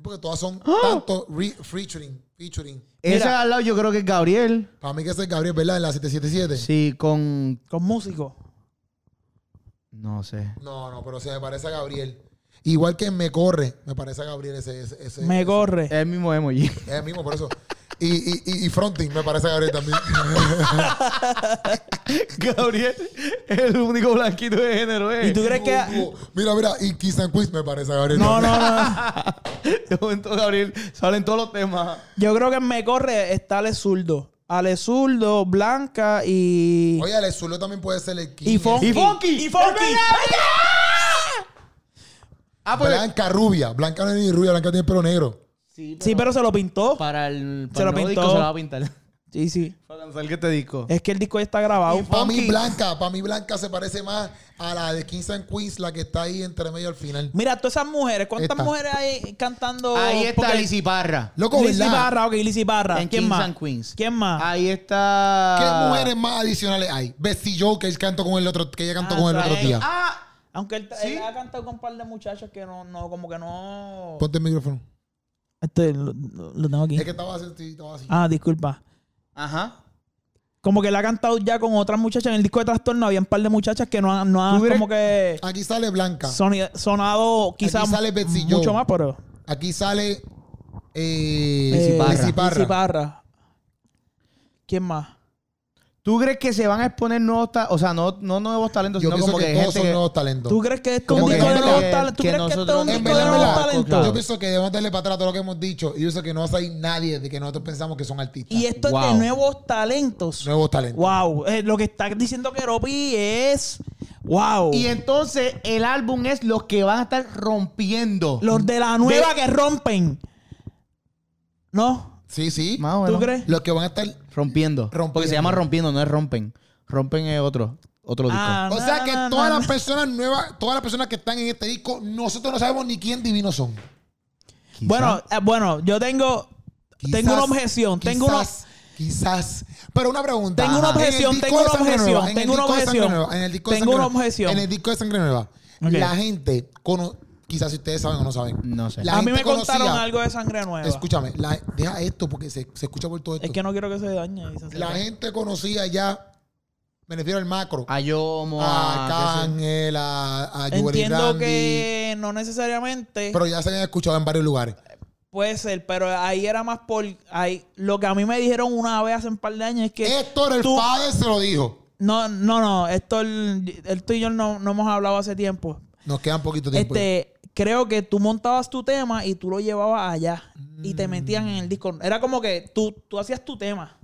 S1: Porque todas son
S2: ¡Ah!
S1: tanto re- featuring, featuring.
S3: Ese
S2: Mira.
S3: al lado yo creo que es Gabriel.
S1: Para mí que ese es Gabriel, ¿verdad? En la 777.
S3: Sí, con.
S2: Con músicos.
S3: No sé.
S1: No, no, pero se me parece a Gabriel. Igual que en Me Corre, me parece a Gabriel ese. ese, ese-
S2: Me corre.
S3: Es el mismo emoji.
S1: Es el mismo, por eso. Y, y, y, y Fronting, me parece a Gabriel también.
S3: Gabriel es el único blanquito de género,
S2: ¿Y
S3: eh. eh,
S2: tú crees que.?
S1: Uh, uh, mira, mira, y Kiss and Quiz me parece a Gabriel.
S2: No,
S1: también.
S2: no, no.
S3: De momento, Gabriel salen todos los temas.
S2: Yo creo que en Me corre está Ale Zurdo. Ale Zurdo, Blanca y.
S1: Oye, el Zulo también puede ser el King.
S2: Y Funky.
S3: Y Funky.
S2: Y Funky.
S3: Ah, pues.
S1: Blanca rubia. Blanca no es ni rubia, Blanca tiene el pelo negro.
S3: Sí, pero,
S2: Sí, pero se lo pintó.
S3: para el,
S2: Se
S3: para
S2: lo
S3: el nuevo
S2: pintó. Eh,
S3: disco se lo va a pintar.
S2: Sí, sí.
S3: Para lanzar que este disco.
S2: Es que el disco ya está grabado.
S1: Para mí,
S3: Funky.
S1: Blanca, para mí, Blanca se parece más a la de Kiss and Quiz, la que está ahí entre medio al final.
S2: Mira, todas esas mujeres, ¿cuántas
S1: Esta.
S2: mujeres hay cantando?
S3: Ahí está
S2: oh, Porque-
S3: Lizzy Parra.
S1: Loco,
S2: Lizzy
S1: ¿verdad?
S2: Barra, ok, Lizzy Barra.
S3: En
S2: ¿Quién
S3: Kings
S2: más?
S3: and Queens. Ah.
S2: ¿Quién más?
S3: Ahí está.
S1: ¿Qué mujeres más adicionales hay? Bessie Joe, que él cantó con el otro, que ella cantó
S2: Ah,
S1: con el otro
S2: también.
S1: día.
S3: Ah,
S2: Aunque él,
S3: ¿Sí?
S2: él ha cantado con un par de muchachos que no, no como que no.
S1: Ponte el micrófono.
S2: Este lo, lo tengo aquí.
S1: Es que estaba así, sí, estaba así.
S2: Ah, disculpa.
S3: Ajá.
S2: Como que él ha cantado ya con otras muchachas. En el disco de Trastorno había un par de muchachas que no han, no han
S3: ¿Tú Ah. crees-
S2: como que
S1: Aquí sale Blanca.
S2: soni- sonado quizás
S1: Aquí sale Betsy Joe.
S2: mucho más, pero.
S1: Aquí sale. Eh,
S3: Lizzy
S2: Eh,
S3: Barra.
S1: Lizzy Parra.
S2: Lizzy Barra. ¿Quién más?
S3: ¿Tú crees que se van a exponer nuevos talentos? O sea, no, no nuevos talentos,
S1: Yo
S3: sino
S1: pienso
S3: como
S1: que,
S3: que,
S1: todos
S3: gente
S1: son
S3: que...
S1: nuevos talentos.
S2: ¿Tú crees que esto es
S1: Como
S2: un
S1: que
S2: disco de
S1: gente
S2: nuevos
S3: que-
S2: talentos? ¿Tú
S3: que
S2: crees que esto es
S3: nosotros-
S2: un
S3: En
S2: disco
S3: verdad,
S2: de
S1: en
S2: nuevos
S1: verdad,
S2: talentos?
S1: Yo pienso que debemos darle para atrás todo lo que hemos dicho. Y yo sé que no va a salir nadie de que nosotros pensamos que son artistas.
S2: Y esto es
S3: Wow.
S2: de nuevos talentos.
S1: Nuevos talentos.
S2: Wow, eh, lo que está diciendo Keropi es wow.
S3: Y entonces el álbum es los que van a estar rompiendo.
S2: Los de la nueva que rompen. ¿No?
S1: Sí, sí.
S3: Más o
S2: ¿Tú
S3: menos.
S2: crees?
S1: Los que van a estar.
S3: Rompiendo.
S1: Rompiendo.
S3: Porque se llama rompiendo, no es rompen. Rompen es otro, otro
S2: Ah,
S1: O
S2: na,
S1: sea que
S2: na,
S1: todas
S2: na,
S1: las
S2: na.
S1: personas nuevas, todas las personas que están en este disco, nosotros no sabemos ni quién divinos son.
S3: disco. Quizá.
S2: Bueno, eh, bueno, yo tengo tengo una
S1: Quizás,
S2: objeción, tengo una
S1: quizás, Quizás. Pero una pregunta.
S2: Tengo una
S1: Ajá.
S2: objeción,
S1: En el disco
S2: tengo
S1: de
S2: una
S1: Sangre
S2: objeción,
S1: Nueva, en el
S2: tengo una
S1: disco de Sangre
S2: objeción.
S1: Nueva, en el disco de
S2: Tengo
S1: Sangre
S2: una
S1: Nueva,
S2: objeción.
S1: En el disco de Sangre Nueva.
S2: Ok.
S1: La gente, cono- quizás si ustedes saben o no saben.
S3: No sé.
S1: La
S2: a mí
S1: gente
S2: me contaron
S1: conocía-
S2: algo de sangre nueva.
S1: Escúchame, la- deja esto porque se, se escucha por todo esto.
S2: es que no quiero que se dañe. y se
S1: La
S2: sepa.
S1: gente conocía ya, me refiero al macro,
S2: Ah,
S1: a,
S3: a Yomo,
S1: Ah,
S3: a... qué sé yo.
S1: Cángel, a, a Jubel y
S2: Entiendo
S1: Randy,
S2: que no necesariamente
S1: Pero ya se habían escuchado en varios lugares.
S2: puede ser, pero ahí era más por ahí lo que a mí me dijeron una vez hace un par de años es que
S1: Héctor el
S2: tú-
S1: padre se lo dijo.
S2: No, no, no. Esto, el, el tú y yo no, no hemos hablado hace tiempo.
S1: Nos quedan poquito tiempo.
S2: Este, creo que tú montabas tu tema y tú lo llevabas allá. Y te metían en el disco. Era como que tú, tú hacías tu tema.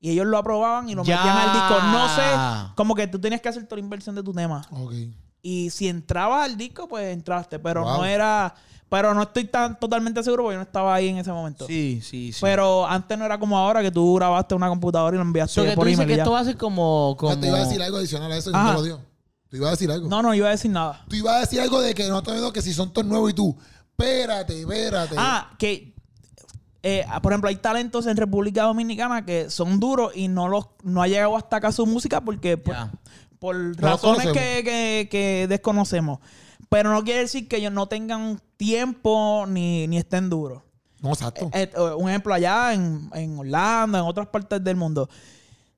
S2: Y ellos lo aprobaban y lo
S3: Ya.
S2: metían al disco. No sé. Como que tú tenías que hacer tu inversión de tu tema.
S1: Ok.
S2: Y si entrabas al disco, pues entraste. Pero
S1: Wow.
S2: no era. Pero no estoy tan totalmente seguro porque yo no estaba ahí en ese momento.
S4: Sí, sí, sí.
S2: Pero antes no era como ahora que tú grabaste una computadora y lo enviaste
S3: So que tú
S2: por
S3: dices
S2: email.
S3: que
S2: y ya.
S3: esto va a ser como. como...
S1: Yo te iba a decir algo adicional a eso y no
S2: Ajá.
S1: te lo digo. Tú ibas a decir algo.
S2: No, no iba a decir nada.
S1: Tú ibas a decir algo de que no te veo que si son todos nuevos y tú. Espérate, espérate.
S2: Ah, que eh, por ejemplo hay talentos en República Dominicana que son duros y no los no ha llegado hasta acá su música porque por,
S3: Ya.
S2: por
S1: los
S2: razones
S1: conocemos.
S2: que, que- que desconocemos. Pero no quiere decir que ellos no tengan tiempo ni, ni estén duros.
S1: no, exacto.
S2: Eh, eh, un ejemplo allá en, en Holanda, en otras partes del mundo.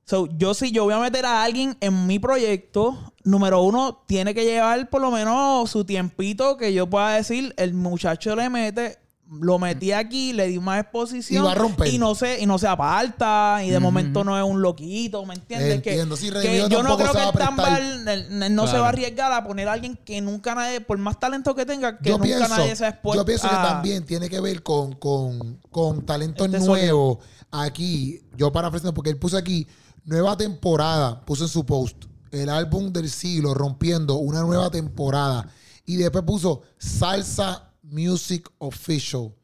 S2: So, yo si yo voy a meter a alguien en mi proyecto, número uno, tiene que llevar por lo menos su tiempito que yo pueda decir, el muchacho le mete, lo metí aquí, le di más exposición.
S1: Y va a romper.
S2: Y no se, y no se aparta, y de momento no es un loquito, ¿me entiendes?
S1: Entiendo,
S2: que,
S1: sí,
S2: que
S1: Revivido
S2: yo
S1: tampoco
S2: no
S1: se
S2: creo que
S1: va a
S2: el
S1: prestar.
S2: tambal el- el- no se va a arriesgar a poner a alguien que nunca nadie, por más talento que tenga, que
S1: yo
S2: nunca
S1: pienso,
S2: nadie se ha expuesto
S1: yo pienso que
S2: a-
S1: también tiene que ver con, con, con talentos
S2: Este soy
S1: nuevos. Aquí, yo parafraseando, porque él puso aquí, nueva temporada, puso en su post, el álbum del siglo, rompiendo una nueva temporada. Y después puso Salsa Music Official.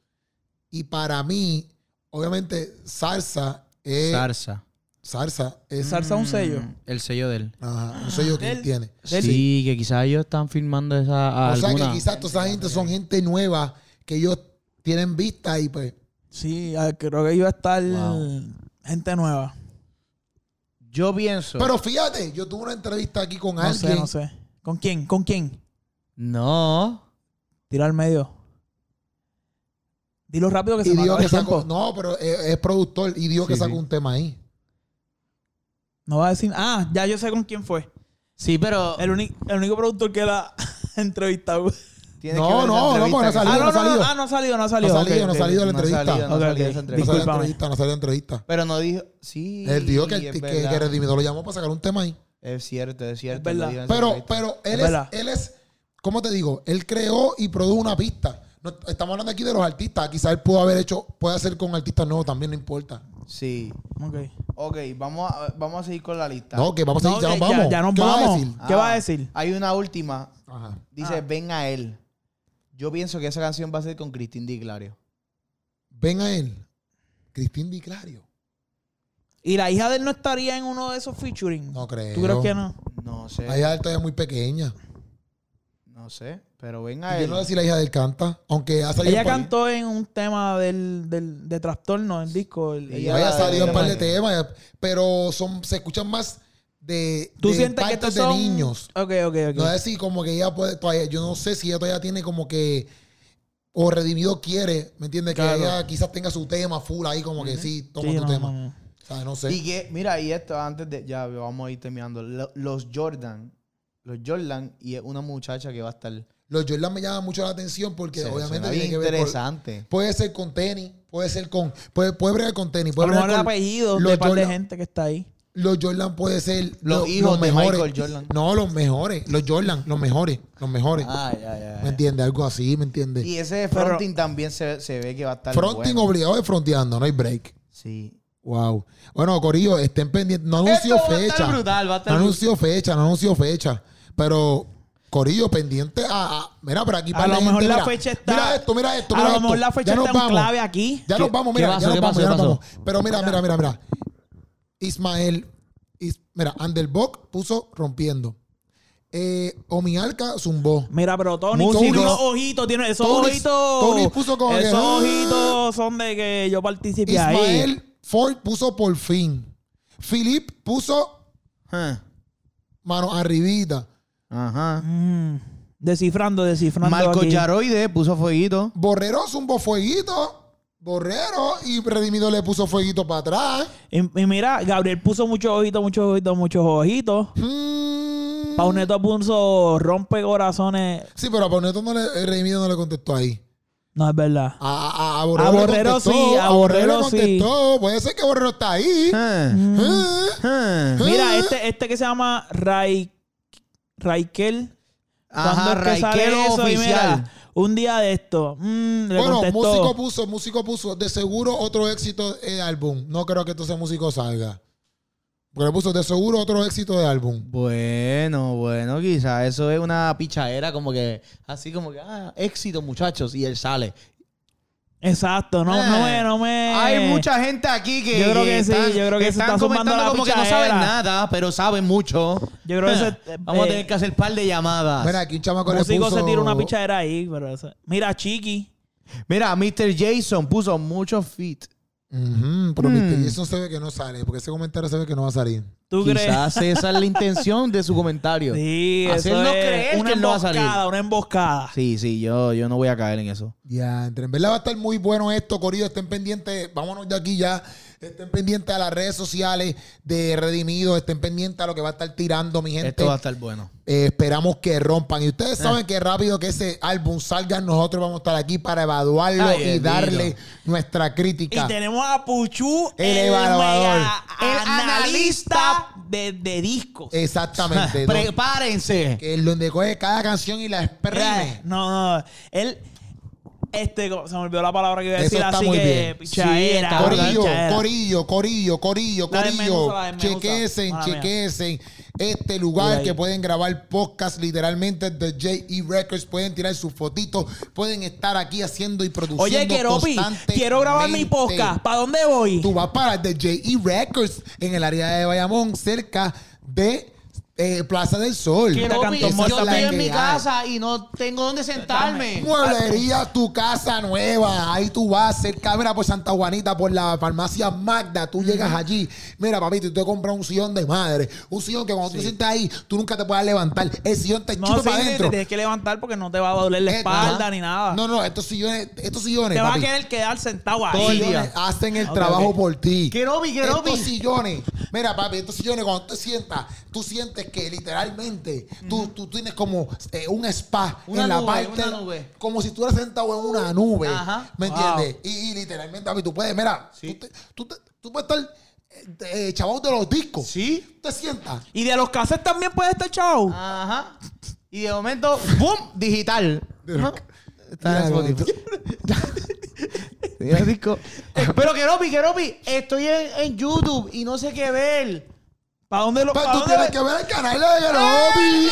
S1: Y para mí, obviamente, salsa es.
S4: Zarza.
S1: Salsa es.
S2: Salsa un sello.
S4: Mm, El sello de él.
S1: Ajá, no sé yo quién
S2: Del-
S1: tiene.
S2: Del-
S3: Sí, que quizás ellos están firmando esa. a
S1: O sea
S3: alguna.
S1: que quizás toda esa gente son gente nueva que ellos tienen vista y pues.
S2: Sí, ah, creo que iba a estar
S3: Wow.
S2: gente nueva.
S3: Yo pienso.
S1: Pero fíjate, yo tuve una entrevista aquí con
S2: No
S1: alguien.
S2: sé, no sé. ¿Con quién? ¿Con quién?
S3: No.
S2: Tira al medio. Dilo rápido que
S1: Y
S2: se me
S1: dijo
S2: acaba
S1: que
S2: el
S1: sacó.
S2: tiempo.
S1: No, pero es, es productor y dijo que
S3: Sí,
S1: sacó
S3: sí.
S1: un tema ahí.
S2: No va a decir. Ah, ya yo sé con quién fue.
S3: Sí, pero.
S2: El, uni- el único productor que la ha entrevistado.
S3: Tienes
S1: No,
S3: que ver esa
S1: no, no,
S3: entrevista
S1: porque no salió.
S2: ah, no,
S3: que-
S2: no,
S1: salido.
S2: no, ah, no ha salido, no ha
S1: No
S2: salido.
S1: salió,
S2: Ok,
S1: no
S2: ok.
S1: salió de la
S3: No
S1: entrevista.
S3: salió, no
S2: Ok,
S3: salió
S2: ok.
S3: esa
S1: No
S3: entrevista.
S1: salió de la
S2: Discúlpame.
S1: entrevista, no salió de la entrevista.
S3: Pero no dijo. Sí.
S1: Él dijo que,
S3: es
S1: el, que,
S3: verdad.
S1: que Redimido lo llamó para sacar un tema ahí.
S3: Es cierto, es cierto.
S2: verdad.
S3: lo dijo en esa
S1: Pero,
S3: entrevista.
S1: pero él
S2: Es
S1: es,
S2: verdad.
S1: él es, ¿cómo te digo? Él creó y produjo una pista. No- estamos hablando aquí de los artistas. Quizás él pudo haber hecho, puede hacer con artistas nuevos también, no importa.
S3: Sí.
S2: Ok.
S3: Ok, vamos a, vamos a seguir con la lista.
S1: No, que vamos a
S2: No,
S1: seguir, ya
S2: ok,
S1: nos vamos.
S2: Ya, ya nos
S1: ¿Qué va a
S2: vamos.
S1: decir?
S2: ¿Qué va a decir?
S3: Hay una última.
S1: Ajá.
S3: Dice,
S2: Ah.
S3: ven a él. Yo pienso que esa canción va a ser con Cristín Di Clario.
S1: Ven a él. Cristín Di Clario.
S2: ¿Y la hija de él no estaría en uno de esos featuring?
S1: No creo.
S2: ¿Tú crees que no?
S3: No sé.
S1: La hija de él todavía es muy pequeña.
S3: No sé. Pero ven
S1: Y
S3: a
S1: Yo
S3: él.
S1: no sé si la hija del canta, aunque ha salido.
S2: Ella
S1: un par-
S2: cantó en un tema del, del, de Trastorno, el disco. el-
S3: Sí,
S2: ella-
S1: Ella ha
S3: de-
S1: salido
S3: de-
S1: un par de
S3: de-
S1: temas, pero son, se escuchan más de,
S2: ¿Tú
S1: de
S2: sientes que
S1: partes
S2: estos
S1: de
S2: son...
S1: niños.
S2: Ok, ok, ok.
S1: No es así como que ella puede todavía, yo no sé si ella todavía tiene como que o redimido quiere, ¿me entiendes?
S2: Claro.
S1: Que ella quizás tenga su tema full ahí como que sí, toma
S2: Sí,
S1: tu
S2: no,
S1: tema.
S2: no, no.
S1: O sea, no sé.
S3: Y que, mira, y esto antes de. Ya vamos a ir terminando. Lo- Los Jordan. Los Jordan y es una muchacha que va a estar.
S1: Los Jordan me llaman mucho la atención porque
S3: se-
S1: obviamente
S3: suena
S1: tiene
S3: bien
S1: que ver con-
S3: interesante.
S1: puede ser con tenis, puede ser con puede puede bregar con tenis,
S2: A
S1: puede
S2: lo mejor el
S1: bregar con-
S2: apellido
S1: los
S2: de par de
S1: Jordan-
S2: gente que está ahí.
S1: Los Jordan puede ser
S3: Los
S1: lo-
S3: hijos de
S1: mejores.
S3: Michael Jordan.
S1: No, los mejores. Los Jordan, los mejores. Los mejores.
S3: Ah, ya, ya,
S1: ¿Me
S3: ya.
S1: entiendes? Algo así, ¿me entiendes?
S3: Y ese fronting también se, se ve que va a estar.
S1: Fronting
S3: bueno.
S1: obligado de fronteando, no hay break.
S3: Sí.
S1: Wow. Bueno, Corillo, estén pendientes. No anuncio
S3: Esto va a estar
S1: fecha.
S3: brutal, va a estar
S1: no anuncio fecha, no anuncio fecha. Pero, Corillo, pendiente a. a- mira, por aquí
S2: A lo
S1: gente,
S2: mejor la
S1: mira,
S2: fecha está.
S1: Mira esto, mira esto.
S2: A
S1: mira
S2: lo
S1: esto.
S2: mejor la fecha
S1: Ya nos
S2: está en
S1: vamos.
S2: clave aquí.
S1: Ya nos
S3: ¿Qué-
S1: vamos,
S3: qué
S1: mira,
S3: pasó?
S1: ya nos
S3: ¿Qué
S1: vamos,
S3: pasó?
S1: ya
S3: ¿Qué
S1: nos
S3: pasó?
S1: vamos. Pero mira, mira, mira, mira. Ismael, Is- mira, Anderbock puso rompiendo. Eh, Omialca zumbó.
S2: Mira, pero Tony
S1: Músico.
S2: tiene unos ojitos, tiene esos
S1: Tony-
S2: ojitos.
S1: Tony puso como que,
S2: esos
S1: "Ah".
S2: ojitos son de que yo participé ahí.
S1: Ismael Ford puso por fin. Philip puso
S3: Huh.
S1: mano arribita.
S3: Ajá.
S2: Mm. Descifrando, descifrando.
S3: Marco
S2: aquí.
S3: Yaroide puso fueguito.
S1: Borrero zumbó fueguito. Borrero y Redimido le puso fueguito para atrás.
S2: Y, y mira, Gabriel puso muchos ojitos, muchos ojitos, muchos ojitos.
S1: Mm.
S2: Pauneto puso rompe corazones.
S1: eh, Sí, pero a Pauneto no le, Redimido no le contestó ahí.
S2: No es verdad.
S1: A, a- a Borrero,
S2: A
S1: le
S2: Borrero
S1: contestó,
S2: sí, a
S1: le
S2: Borrero sí.
S1: contestó. Puede ser que Borrero está ahí. Ah.
S3: Mm. Ah.
S2: Mira, este, este que se llama Ray, Raikel. ¿Cuándo
S3: Ajá,
S2: es que sale
S3: Raikel
S2: eso? Y
S3: oficial.
S2: mira, un día de esto. mm, le
S1: Bueno,
S2: contestó.
S1: músico puso, músico puso. De seguro otro éxito de álbum. No creo que entonces músico salga. Pero puso de seguro otro éxito de álbum.
S3: Bueno, bueno, quizás eso es una pichadera como que, así como que, ah, éxito muchachos, y él sale.
S2: Exacto, no,
S3: Eh,
S2: no me, no me.
S3: Hay mucha gente aquí que,
S2: Yo creo que sí, yo creo que se
S3: están
S2: está sumando
S3: comentando
S2: la
S3: como que no
S2: pichadera.
S3: saben nada, pero saben mucho.
S2: Yo creo que se-
S3: Vamos
S2: eh,
S3: a tener que hacer un par de llamadas.
S1: Mira, aquí un chamaco le
S2: Músico
S1: puso...
S2: se tira una pichadera ahí, pero eso- Mira, Chiqui.
S3: Mira, Mr. Jason puso muchos fit.
S1: Ujú, pero
S3: Mm.
S1: viste, y eso se ve que no sale, porque ese comentario se ve que no va a salir.
S2: ¿Tú crees?
S3: Quizás esa es la intención de su comentario.
S2: Sí, eso
S3: Hacernos
S2: es
S3: creer
S2: una
S3: que él no va a
S2: emboscada,
S3: salir.
S2: una emboscada.
S3: Sí, sí, yo, yo no voy a caer en eso.
S1: Ya, en verdad va a estar muy bueno esto, Corillo. Estén pendientes, vámonos de aquí ya. Estén pendientes a las redes sociales de Redimido. Estén pendientes a lo que va a estar tirando, mi gente.
S3: Esto va a estar bueno.
S1: Eh, esperamos que rompan. Y ustedes
S2: Ah.
S1: saben que rápido que ese álbum salga, nosotros vamos a estar aquí para evaluarlo
S3: Ay,
S1: y
S3: bendito.
S1: darle nuestra crítica.
S2: Y tenemos a Puchu,
S1: El evaluador.
S2: mega
S3: El
S2: analista de, de discos. Ah,
S1: Exactamente. ¿no?
S3: Prepárense.
S1: que es donde coge cada canción y la
S2: Eh,
S1: exprime.
S2: no, no, él. Este, co- se me olvidó la palabra que iba a
S1: Eso
S2: decir,
S1: está
S2: así
S1: muy
S2: que.
S1: bien.
S2: Pichadera,
S3: Sí, está cabrón,
S1: Corillo,
S2: pichadera.
S1: corillo, corillo, corillo,
S2: Ah, La
S1: corillo.
S2: desmenuza, la desmenuza.
S1: Chequesen,
S2: Mala mía.
S1: chequesen. Este
S2: Mira
S1: lugar
S2: ahí.
S1: que pueden grabar podcast literalmente de JE Records. Pueden tirar sus fotitos. Pueden estar aquí haciendo y produciendo.
S2: Oye, Keropi, quiero grabar mi
S1: constantemente.
S2: podcast. ¿Para dónde voy?
S1: Tú vas para The JE E Records en el área de Bayamón, cerca de eh, Plaza del Sol.
S2: Quiero
S1: Esa
S2: canto,
S1: es
S2: yo
S1: la
S2: estoy en
S1: que hay.
S3: y no tengo dónde sentarme.
S1: Mueblería tu casa nueva. Ahí tú vas cerca, mira, por Santa Juanita, por la farmacia Magda. Tú llegas allí. Mira, papito, y tú te compras un sillón de madre. Un sillón que cuando tú te sientas ahí, tú nunca te puedas levantar. El sillón te
S2: no,
S1: chupa
S2: sí,
S1: para
S2: te-
S1: adentro.
S2: te tienes que levantar porque no te va a doler la
S1: Eh,
S2: espalda
S1: ajá.
S2: ni nada.
S1: No, no, estos sillones, estos sillones,
S2: te vas a
S1: papi,
S2: querer quedar sentado
S1: estos
S2: ahí.
S3: el día.
S1: sillones hacen el
S2: Ok,
S1: trabajo
S2: ok.
S1: por ti.
S3: Keropi,
S1: Estos
S3: Keropi.
S1: sillones, mira papi, estos sillones cuando tú te sientas, tú sientes que literalmente tú, tú tienes como eh, un spa
S3: Una
S1: en la
S3: nube,
S1: parte,
S3: una nube.
S1: como si tú estuvieras sentado en una nube,
S3: Ajá.
S1: ¿me
S2: Wow.
S1: entiendes? Y, y literalmente, papi, tú puedes, mira,
S3: Sí.
S1: tú, te- tú te- tú puedes estar eh, eh, chaval de los discos,
S3: Sí.
S1: tú te sientas.
S2: Y de los cassettes también puede estar chao.
S1: Ah.
S3: Ajá. Y de momento, ¡boom! Digital. Ajá. Está en
S1: Mira,
S3: Spotify. Mira, disco. Eh, Pero Keropi, Keropi, estoy en, en YouTube y no sé qué ver.
S2: ¿Para dónde lo
S1: Pa,
S2: pa'
S1: Pues tú tienes
S2: dónde ve-
S1: que ver el canal de Gerobi.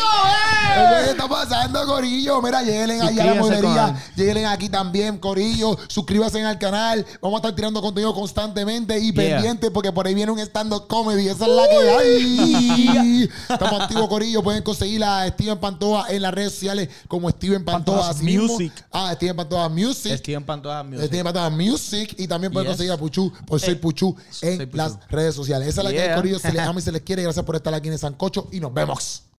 S1: ¿Qué está pasando, Corillo? Mira, lleguen allá a la
S3: Suscríbanse al
S1: molería.
S3: canal.
S1: Lleguen aquí también, Corillo. Suscríbanse al canal. Vamos a estar tirando contenido constantemente y
S3: Yeah.
S1: pendiente porque por ahí viene un stand-up comedy. Esa es la que hay. Estamos activos, Corillo. Pueden conseguir a Steven Pantoa en las redes sociales como Steven Pantoa.
S2: Pantoa's
S1: así mismo.
S2: Music.
S1: Ah, Steven Pantoa Music.
S3: Estoy en Pantoja Music.
S1: Steven Pantoa Este Music y también pueden
S3: Yes.
S1: conseguir a Puchu por ser
S2: Eh,
S1: Puchu en
S3: soy Puchu.
S1: las redes sociales. Esa es la que hay,
S3: Yeah.
S1: Corillo. Se les ama y se les quiere. Gracias por estar aquí en el Sancocho y nos vemos.